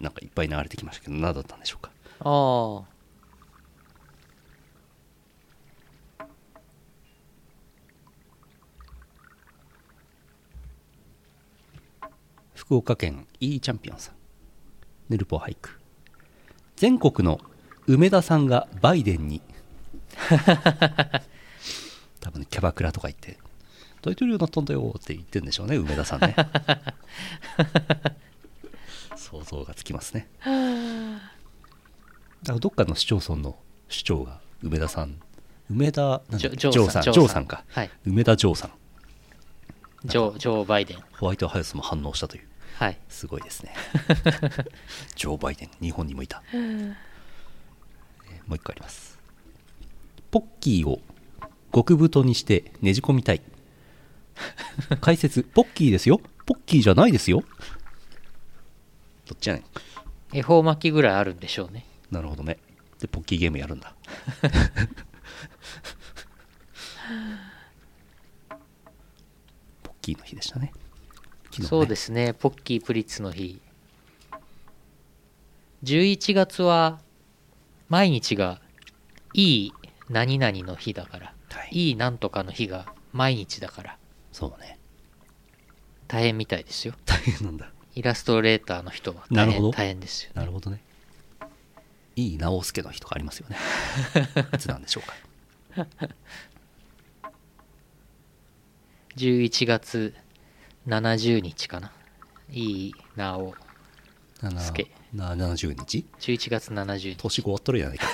なんかいっぱい流れてきましたけど何だったんでしょうか
あああ
福岡県 E チャンピオンさんヌルポ俳句全国の梅田さんがバイデンに 多分キャバクラとか行って大統領になったんだよって言ってるんでしょうね梅田 さんね想像がつきますねだからどっかの市町村の市長が梅田さん梅田なんだっ
ジ
け
ョジョ
ジョ
ー
ー
さ
さ
ん
ん
ジ
ジ
ョーさん
ョーさんか、
はい
梅田ジョーさん
ジョージョー・バイデン
ホワイトハウスも反応したという
はい
すごい ですね。ジョー・バイデン、日本にもいた。えーもう一個あります。ポッキーを極太にしてねじ込みた い。解説、ポッキーですよ。ポッキーじゃないですよ。どっちやねん。
恵方巻きぐらいあるんでしょうね
なるほどね。で、ポッキーゲームやる んだ。ポッキーの日でしたね。昨日ね
そうですねポッキープリッツの日11月は毎日がいい何々の日だから、
はい
いなんとかの日が毎日だから
そうね。
大変みたいですよ
大変なんだ。
イラストレーターの人は
な
大
るほ
変
ど
大変ですよ
なるほどね。いい直輔の日とかありますよ ね。いつなんでしょうか。
11月70日かないいなお
七
助
な70日
11月70日
年終わっとるやないか。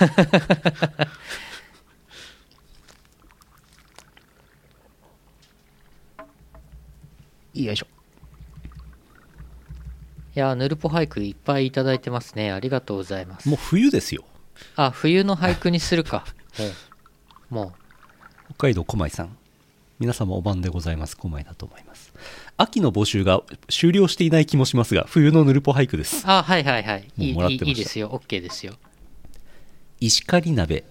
よいしょ。
いやーぬるぽ俳句いっぱいいただいてますねありがとうございます
もう冬ですよ。
あ冬の俳句にするかもう
北海道狛江さん。皆様お晩でございます。狛江だと思います。秋の募集が終了していない気もしますが、冬のぬるぽ俳句です。
あはいはいはいいい
もうもらっ
いい
てました
いいですよ OK ですよ
石狩鍋。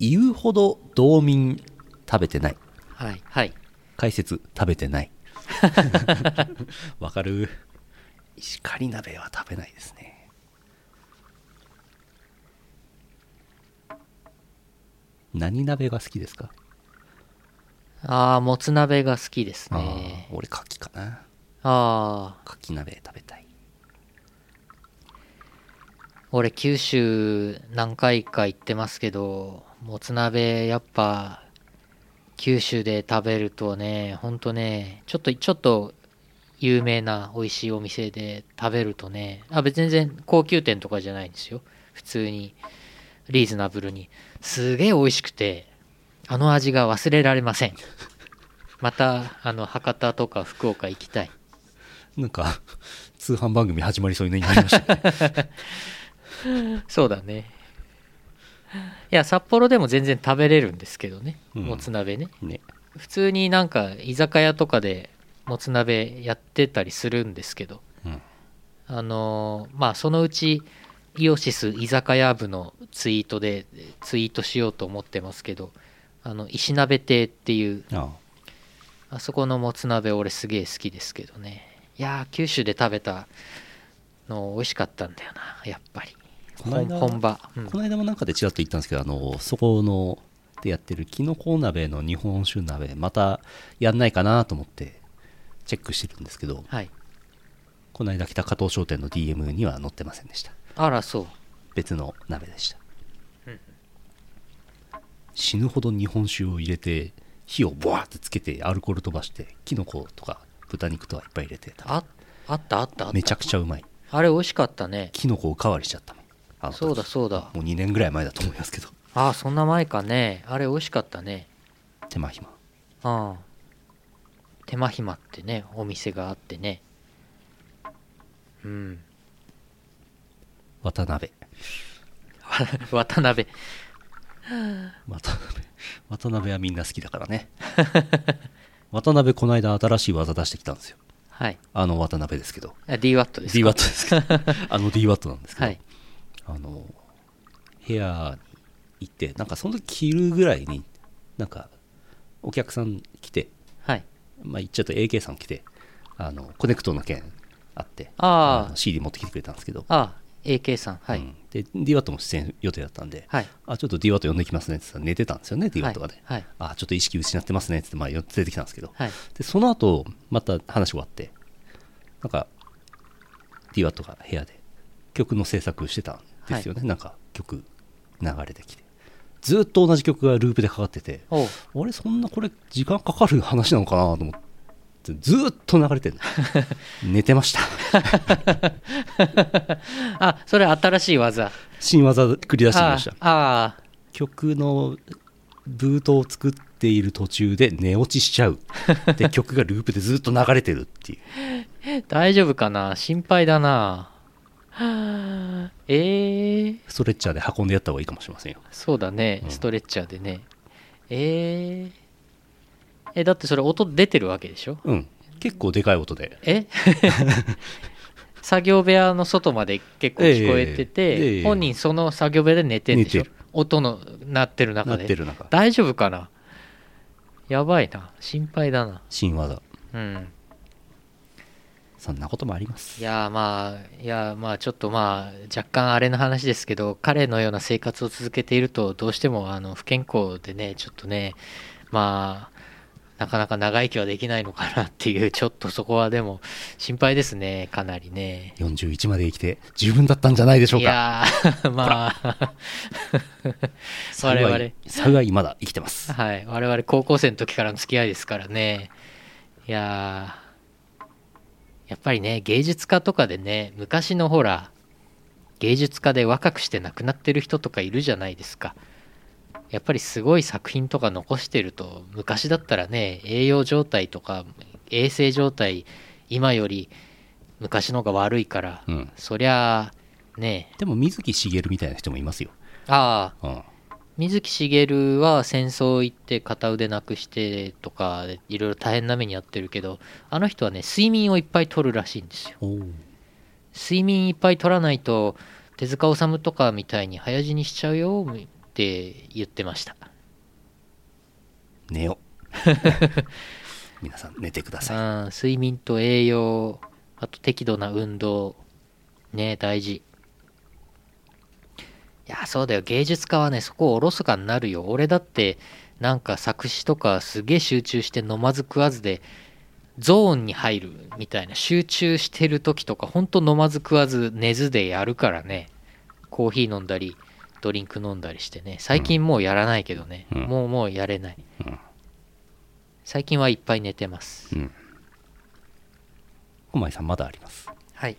言うほど道民食べてない。
はいはい
解説食べてないわかる石狩鍋は食べないですね何鍋が好きですか、
ああもつ鍋が好きです
あ
ね
ー俺牡蠣かな
ああ
牡蠣鍋食べたい
俺九州何回か行ってますけどもつ鍋やっぱ九州で食べるとねほんとねちょっとちょっと有名な美味しいお店で食べるとねあ別に全然高級店とかじゃないんですよ普通にリーズナブルにすげえ美味しくてあの味が忘れられませんまたあの博多とか福岡行きたい
なんか通販番組始まりそうになりましたね
そうだね。いや、札幌でも全然食べれるんですけどね、
うん
もつ鍋ね。
ね
普通になんか居酒屋とかでもつ鍋やってたりするんですけど、
うん
あのーまあ、そのうち、イオシス居酒屋部のツイートでツイートしようと思ってますけど、あの石鍋亭っていう、
あ
あそこのもつ鍋、俺すげえ好きですけどね。いやー、九州で食べたの美味しかったんだよな、やっぱり。
この間
本本場。うん
あこの間もなんかでちらっと言ったんですけどあのそこのってやってるきのこ鍋の日本酒鍋またやんないかなと思ってチェックしてるんですけど
はい
この間来た加藤商店の DM には載ってませんでした
あらそう
別の鍋でした
うん
死ぬほど日本酒を入れて火をボワーってつけてアルコール飛ばしてきのことか豚肉とかいっぱい入れて食べた
ああったあったあった
めちゃくちゃうまい
あれ美味しかったね
きのこおかわりしちゃったもんあの時
そうだそうだ
もう2年ぐらい前だと思いますけど
ああそんな前かねあれ美味しかったね
手間暇
うん手間暇ってねお店があってねうん
渡辺
わ渡辺
渡辺渡辺はみんな好きだからね 渡辺この間新しい技出してきたんですよ
はい
あの渡辺ですけど
あ DWAT です
DWAT ですけど あの DWAT なんですけど、
はい
あの部屋行ってなんかその時昼ぐらいになんかお客さん来て、
はい
まあ、言っちゃうと AK さん来てあのコネクトの件あって
あー
の CD 持ってきてくれたんですけど、
ああ AK さんはい、
うん、で DWAT も出演予定だったんで、
はい
あちょっと DWAT 呼んできますねって言ったら寝てたんですよね DWAT がね、
はい
あちょっと意識失ってますねって言って、まあ、よ連れてきたんですけど、
はい
でその後また話終わってなんか DWAT が部屋で曲の制作してたんですよね、なんか曲流れてきてずっと同じ曲がループでかかってて
おう
あれそんなこれ時間かかる話なのかなと思ってずっと流 れてる寝てました
あそれ新しい技
新技繰り出してみました
ああ
曲のブートを作っている途中で寝落ちしちゃう で曲がループでずっと流れてるっていう
あ大丈夫かな心配だなはあええ
ストレッチャーで運んでやった方がいいかもしれませんよ
そうだね、
うん
ストレッチャーでねえー、えだってそれ音出てるわけでしょ
うん結構でかい音で
え作業部屋の外まで結構聞こえて
えええ
て、
え
本人その作業部屋で寝てるでしょ
寝てる
音の鳴ってる
な
中
っ
で
てる中
大丈夫かなやばいな心配だな
新技
うん
そんなこともあります
いやーまあいやーまあちょっとまあ若干あれの話ですけど彼のような生活を続けているとどうしてもあの不健康でねちょっとねまあなかなか長生きはできないのかなっていうちょっとそこはでも心配ですねかなりね
41まで生きて十分だったんじゃないでしょう
い
か
やー まあ我
幸
々
い幸いまだ生き てます
はい我々高校生の時からの付き合いですからねいやーやっぱりね芸術家とかでね昔のほら芸術家で若くして亡くなってる人とかいるじゃないですかやっぱりすごい作品とか残してると昔だったらね栄養状態とか衛生状態今より昔の方が悪いから、
うん
そりゃあね
でも水木しげるみたいな人もいますよ、
ああ
うん、
水木しげるは戦争行って片腕なくしてとかいろいろ大変な目にやってるけどあの人はね睡眠をいっぱい取るらしいんですよ
お
睡眠いっぱい取らないと手塚治虫とかみたいに早死にしちゃうよって言ってました
寝よ 皆さん寝てください
うん睡眠と栄養あと適度な運動ね大事いやそうだよ芸術家はねそこをおろそかになるよ俺だってなんか作詞とかすげえ集中して飲まず食わずでゾーンに入るみたいな集中してる時とかほんと飲まず食わず寝ずでやるからねコーヒー飲んだりドリンク飲んだりしてね最近もうやらないけどね、
うん
もうもうやれない、
うん
最近はいっぱい寝てます、
うん小前さんまだあります
はい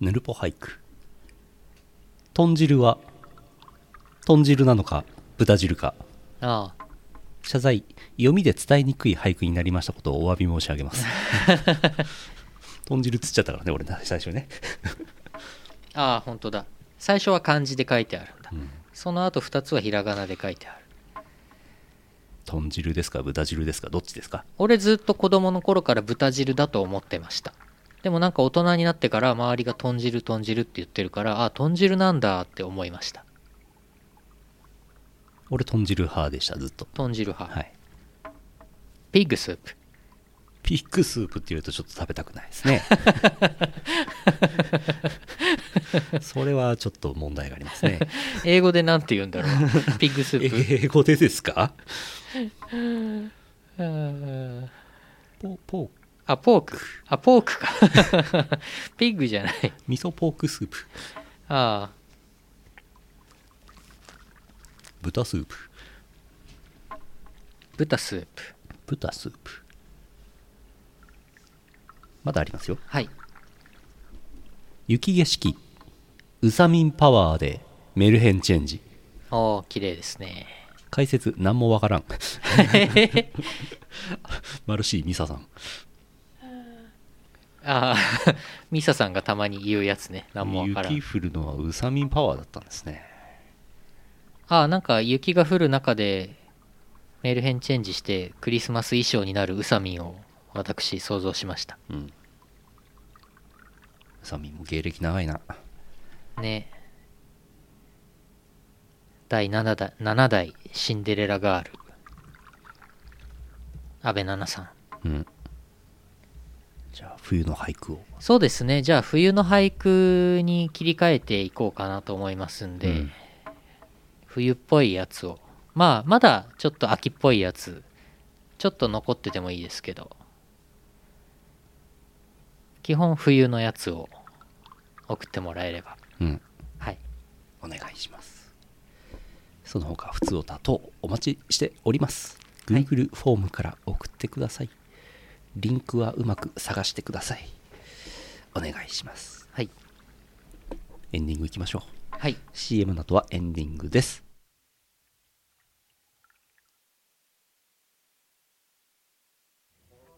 ぬるぽ俳句豚汁は豚汁なのか豚汁か
ああ
謝罪読みで伝えにくい俳句になりましたことをお詫び申し上げます 豚汁つっちゃったからね俺な最初ね
ああ本当だ最初は漢字で書いてあるんだ、その後2つはひらがなで書いてある
豚汁ですか豚汁ですかどっちですか
俺ずっと子供の頃から豚汁だと思ってましたでもなんか大人になってから周りが豚汁豚汁って言ってるからああ豚汁なんだって思いました
俺豚汁派でしたずっと
豚汁派、
はい
ピッグスープ
ピビッグスープって言うとちょっと食べたくないですねそれはちょっと問題がありますね
英語でなんて言うんだろ うピッグスープ
英語でで すか
あー
ポポーク
あポークあポークか ピッグじゃない
味噌ポークスープ
ああ
豚スープ
豚スープ
豚スープまだありますよ
はい
雪景色ウサミンパワーでメルヘンチェンジ
おお綺麗ですね
解説何もわからん マルシーミサさん
ああ ミサさんがたまに言うやつね何もわからん
雪降るのはウサミンパワーだったんですね
ああなんか雪が降る中でメルヘンチェンジしてクリスマス衣装になるウサミンを私想像しました
うんウサミンも芸歴長いな
ね第7代 ,7 代シンデレラガール安倍奈々さん
うんじゃあ冬の俳句を
そうですねじゃあ冬の俳句に切り替えていこうかなと思いますんで、
うん
冬っぽいやつをまあまだちょっと秋っぽいやつちょっと残っててもいいですけど基本冬のやつを送ってもらえれば
うん
はい
お願いしますその他普通おた等お待ちしております
はい
Google フォームから送ってください、リンクはうまく探してくださいお願いします
はい
エンディングいきましょう
はい
CM の後はエンディングです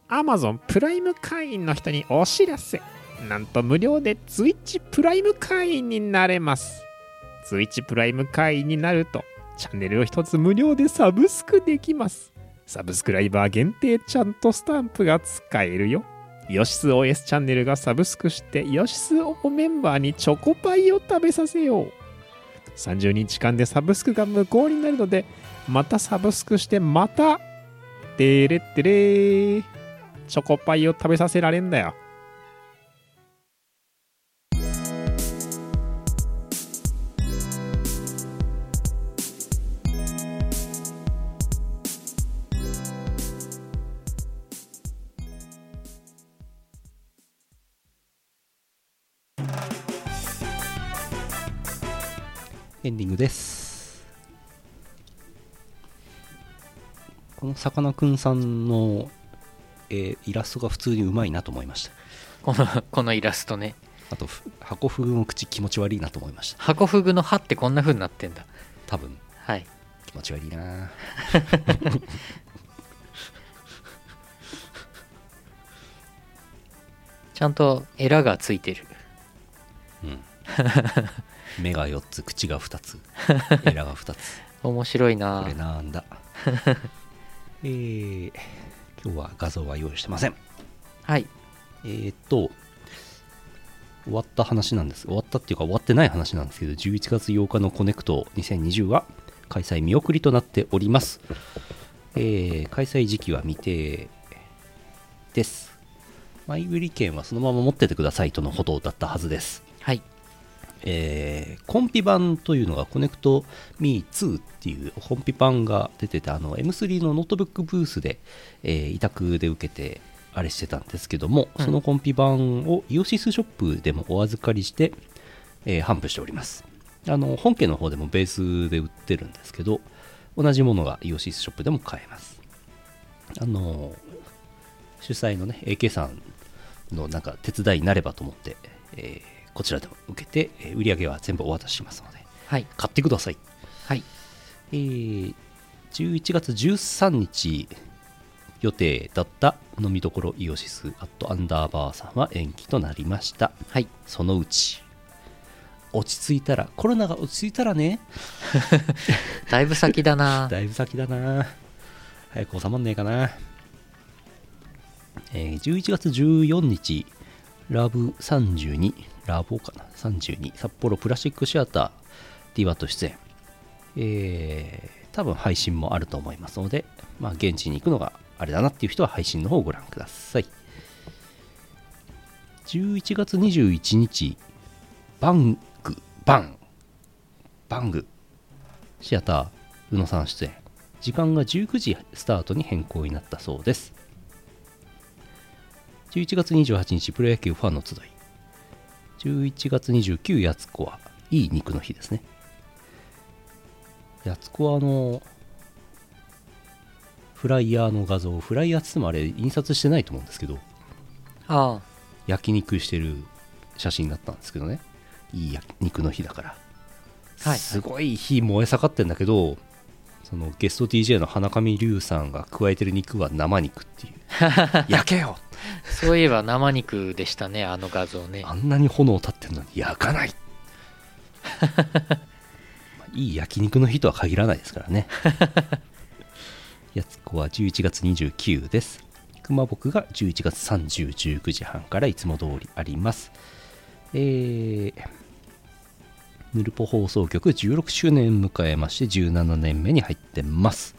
アマゾンプライム会員の人にお知らせなんと無料で Twitch プライム会員になれます Twitch プライム会員になるとチャンネルを一つ無料でサブスクできますサブスクライバー限定ちゃんとスタンプが使えるよヨシス OS チャンネルがサブスクしてヨシス O メンバーにチョコパイを食べさせよう30日間でサブスクが無効になるのでまたサブスクしてまたてれってれーチョコパイを食べさせられんだよ。
エンディングですこのさかなクンさんの、えーイラストが普通にうまいなと思いました
このこのイラストね
あとふ箱フグの口気持ち悪いなと思いました
ハコフグの歯ってこんな風になってんだ
多分
はい
気持ち悪いな
ちゃんとエラがついてる
目が4つ口が2つ エラが2つ
面白いな
これなんだ えー、今日は画像は用意してません
はい
えー、っと終わった話なんです終わったっていうか終わってない話なんですけど11月8日のコネクト2020は開催見送りとなっております、えー開催時期は未定です前売り券はそのまま持っててくださいとのことだったはずです
はい
えーコンピ版というのがコネクト Me2 っていうコンピ版が出ててあの M3 のノートブックブースで、えー委託で受けてあれしてたんですけども、
うん
そのコンピ版をイオシスショップでもお預かりして、えー販布しておりますあの本家の方でもベースで売ってるんですけど同じものがイオシスショップでも買えますあの主催のね AK さんのなんか手伝いになればと思って、えーこちらでも受けて、えー売り上げは全部お渡ししますので
はい
買ってください、
はい
えー11月13日予定だった飲みどころイオシスアットアンダーバーさんは延期となりました
はい
そのうち落ち着いたらコロナが落ち着いたらね
だいぶ先だ な
だいぶ先だな早く収まんねえかな、えー11月14日ラブ32ラボかな32札幌プラスチックシアター DWAT 出演えー多分配信もあると思いますので、まあ、現地に行くのがあれだなっていう人は配信の方をご覧ください11月21日バングバンバングシアター宇野さん出演時間が19時スタートに変更になったそうです11月28日プロ野球ファンの集い11月29やつこはいい肉の日ですねやつこはあのフライヤーの画像フライヤーっつってもあれ印刷してないと思うんですけど
ああ
焼肉してる写真だったんですけどねいい焼肉の日だから、
はい
すごい火燃え盛ってんだけどそのゲスト DJ の花上龍さんが加えてる肉は生肉 っていう焼けよ
そういえば生肉でしたねあの画像ね
あんなに炎立ってるのに焼かない まあいい焼肉の日とは限らないですからね やつこは11月29です熊僕が11月3019時半からいつも通りありますえーヌルポ放送局16周年迎えまして17年目に入ってます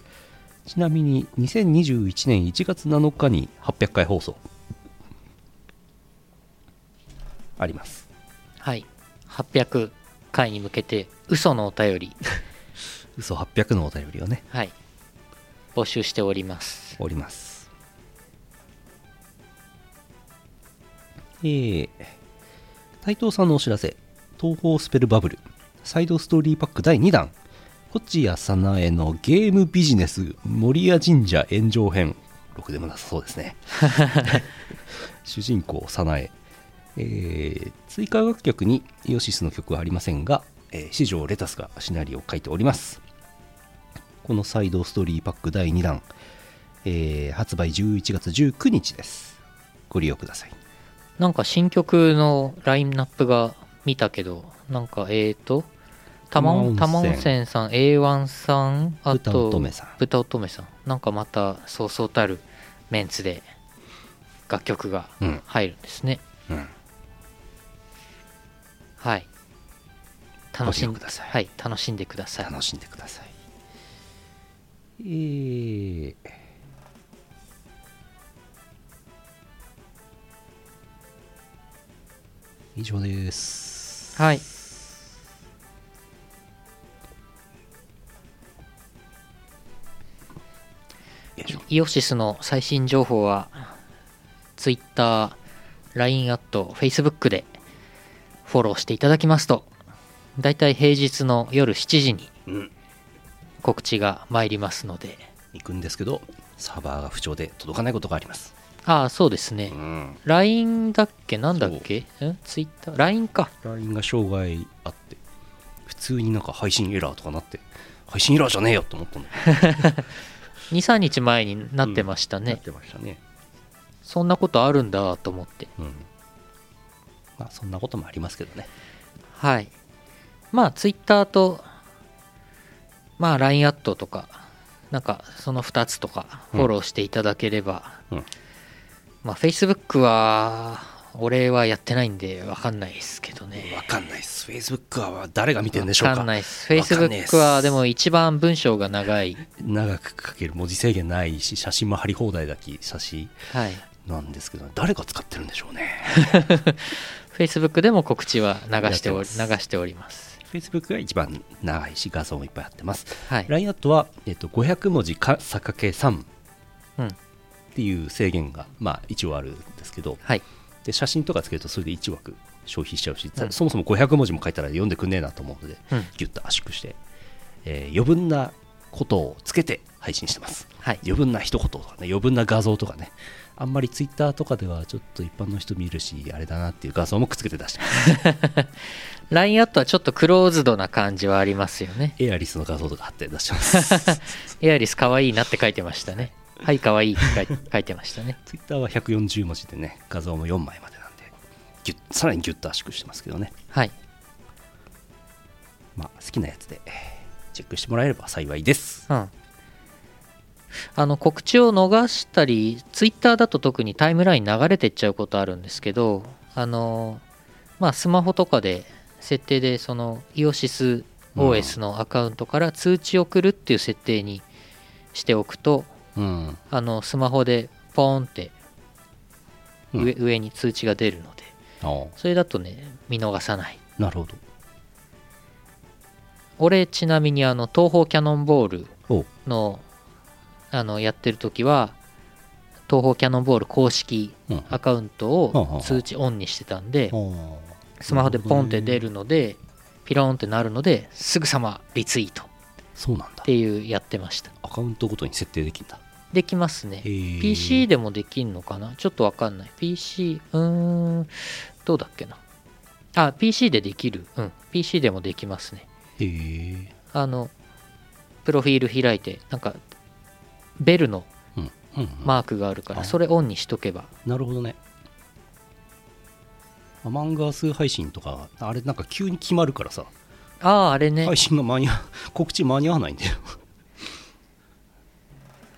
ちなみに2021年1月7日に800回放送あります
はい800回に向けて嘘のお便 り
嘘800のお便りをね
はい募集しております
おりますえー、斉藤さんのお知らせ東方スペルバブルサイドストーリーパック第2弾こっちやさなえのゲームビジネス守谷神社炎上編ろくでもなさそうです ね主人公さなええー追加楽曲にイオシスの曲はありませんが、えー、四条レタスがシナリオを書いておりますこのサイドストーリーパック第2弾、えー発売11月19日ですご利用ください
なんか新曲のラインナップが見たけどなんかえーと玉温
玉
玉
温
温
泉
泉さん A1 さんあ
豚
と
乙女さん
豚乙女さんなんかまたそうそうたるメンツで楽曲が
うん
入るんですね、
うん
はい楽しん
ご利用ください
はい楽しんでください
楽しんでくださいえー以上です
はい
よいしょ
イオシスの最新情報は Twitter、LINE アット、Facebook でフォローしていただきますとだいたい平日の夜7時に
うん
告知が参りますので
行くんですけどサーバーが不調で届かないことがあります
ああそうですね
うん
LINE だっけなんだっけん ?Twitter?LINE か
LINE が障害あって普通になんか配信エラーとかなって配信エラーじゃねえよと思ったんだけ
23日前になってました
ど
ね、
なってましたね
そんなことあるんだと思って
うんまあそんなこともありますけどね
はいまあツイッターとまあ LINE アットとかなんかその2つとか
うん
フォローしていただければ、
うん
まあ Facebook は俺はやってないんでわかんないですけどね
わかんないです。Facebook は誰が見てんでしょうか。
わかんないです
わかんないっす
Facebook はでも一番文章が長い、
長く書ける文字制限ないし、写真も貼り放題だき、写真
はい、
なんですけど、誰が使ってるんでしょうね。
Facebook でも告知は流してお
や
り
っ
流
てます
しております、
Facebook が一番長いし、画像もいっぱい貼ってます。
はい
ラインアットは、えっと、500文字か、さかけ3っ
うん
ていう制限が、まあ、一応あるんですけど、
はい、
で写真とかつけるとそれで1枠消費しちゃうし、
うん
そもそも500文字も書いたら読んでくんねえなと思うので、
うん
ギュッと圧縮して、えー余分なことをつけて配信してます
はい、
余分な一言とかね余分な画像とかねあんまりツイッターとかではちょっと一般の人見るしあれだなっていう画像もくっつけて出してます
LINE アットはちょっとクローズドな感じはありますよね
エアリスの画像とか貼って出してます
エアリス可愛いなって書いてましたね。 はい、可愛いって書い書いてましたね。
ツイッターは140文字でね画像も4枚までなんでギュッさらにギュッと圧縮してますけどね
はい。
まあ好きなやつでえーチェックしてもらえれば幸いです
うん。あの、告知を逃したり、ツイッターだと特にタイムライン流れてっちゃうことあるんですけど、あの、まあ、スマホとかで、設定で、その、イオシス OS のアカウントから通知を送るっていう設定にしておくと、
うん。
あのスマホでポーンって上,、上に通知が出るので
ああ、
それだとね見逃さない
なるほど。
俺ちなみにあの東方キャノンボール
おう
のあのやってる時は東方キャノンボール公式
うん。
アカウント
はあはあは
を
あ
通知オンにしてたんで
あ
スマホでポンって出るのでピローンってなるのですぐさまリツイートっ
そうなんだ。
ていうやってました
アカウントごとに設定できるんだ。
できますね PC
で。
でもできんのかなちょっとわかんない PC うーんどうだっけなあ PC でできるうん PC でもできますね
へえ。
あのプロフィール開いてなんかベルの
うん。うん。
マークがあるか
あ
らそれオンにしとけば
なるほどね。アマンガース配信とか、あれなんか急に決まるからさ、
あああれね
配信が間に合わ、 告知間に合わないんだよ。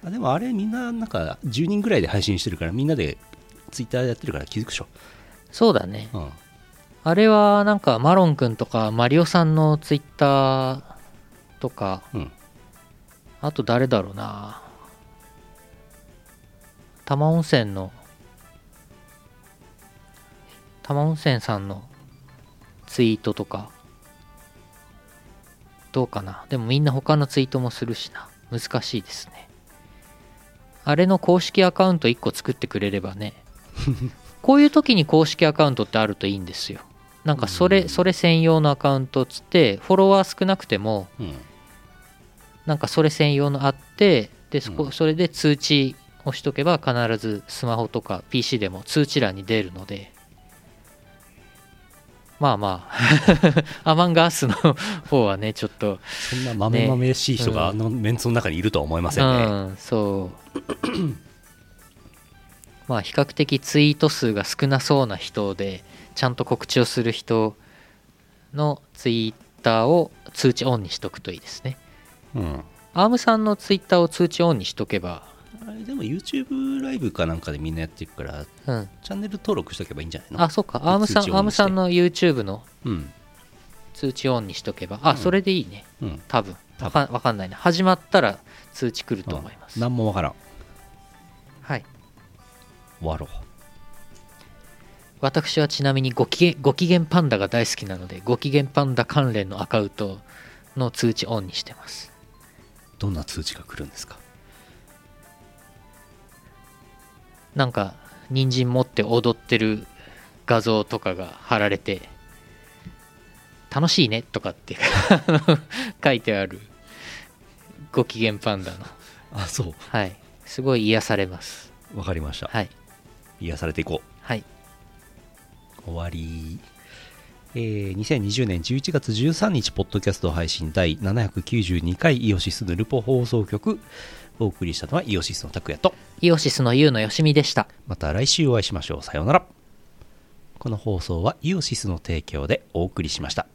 あでもあれみんななんか10人ぐらいで配信してるからみんなでツイッターやってるから気づくでしょ。
そうだね
うん。
あれはなんかマロンくんとかマリオさんのツイッターとか
うん。
あと誰だろうな多摩温泉の多摩温泉さんのツイートとかどうかなでもみんな他のツイートもするしな難しいですねあれの公式アカウント1個作ってくれれば ねこういう時に公式アカウントってあるといいんですよなんかそれそれ専用のアカウントっつってフォロワー少なくても
うん。
なんかそれ専用のあってでそこ、
うん
それで通知をしとけば必ずスマホとか PC でも通知欄に出るのでまあまあ アマンガースの方はねちょっと、
そんな豆豆しい人があのメンツの中にいるとは思いませんね。
うんそう まあ比較的ツイート数が少なそうな人でちゃんと告知をする人のツイッターを通知オンにしとくといいですね
うん
アームさんのツイッターを通知オンにしとけば
あれでも YouTube ライブかなんかでみんなやってるから
うん
チャンネル登録しとけばいいんじゃないの
あ、そうか。アームさん、
通知オンにして
アームさんの YouTube の
うん
通知オンにしとけば、あ、それでいいね。
うん
多分。
多
わ
分
かわかんないな。始まったら通知来ると思います。
何もわからん
はい。
終わろ
私はちなみにご機嫌、ご機嫌パンダが大好きなので、ご機嫌パンダ関連のアカウントの通知オンにしてます。
うどんな通知が来るんですか
なんか、人参持って踊ってる画像とかが貼られて、楽しいねとかって あの書いてあるご機嫌パンダの。
あそ
はい。すごい癒されます。
うわかりました、
はい。
癒されていこ
はい。
う終わりえー、2020年11月13日、ポッドキャスト配信第792回イオシスヌルポ放送局、お送りしたのはイオシスの拓也と、
イオシスのユウのよしみでした。
また来週お会いしましょう。さようなら。この放送はイオシスの提供でお送りしました。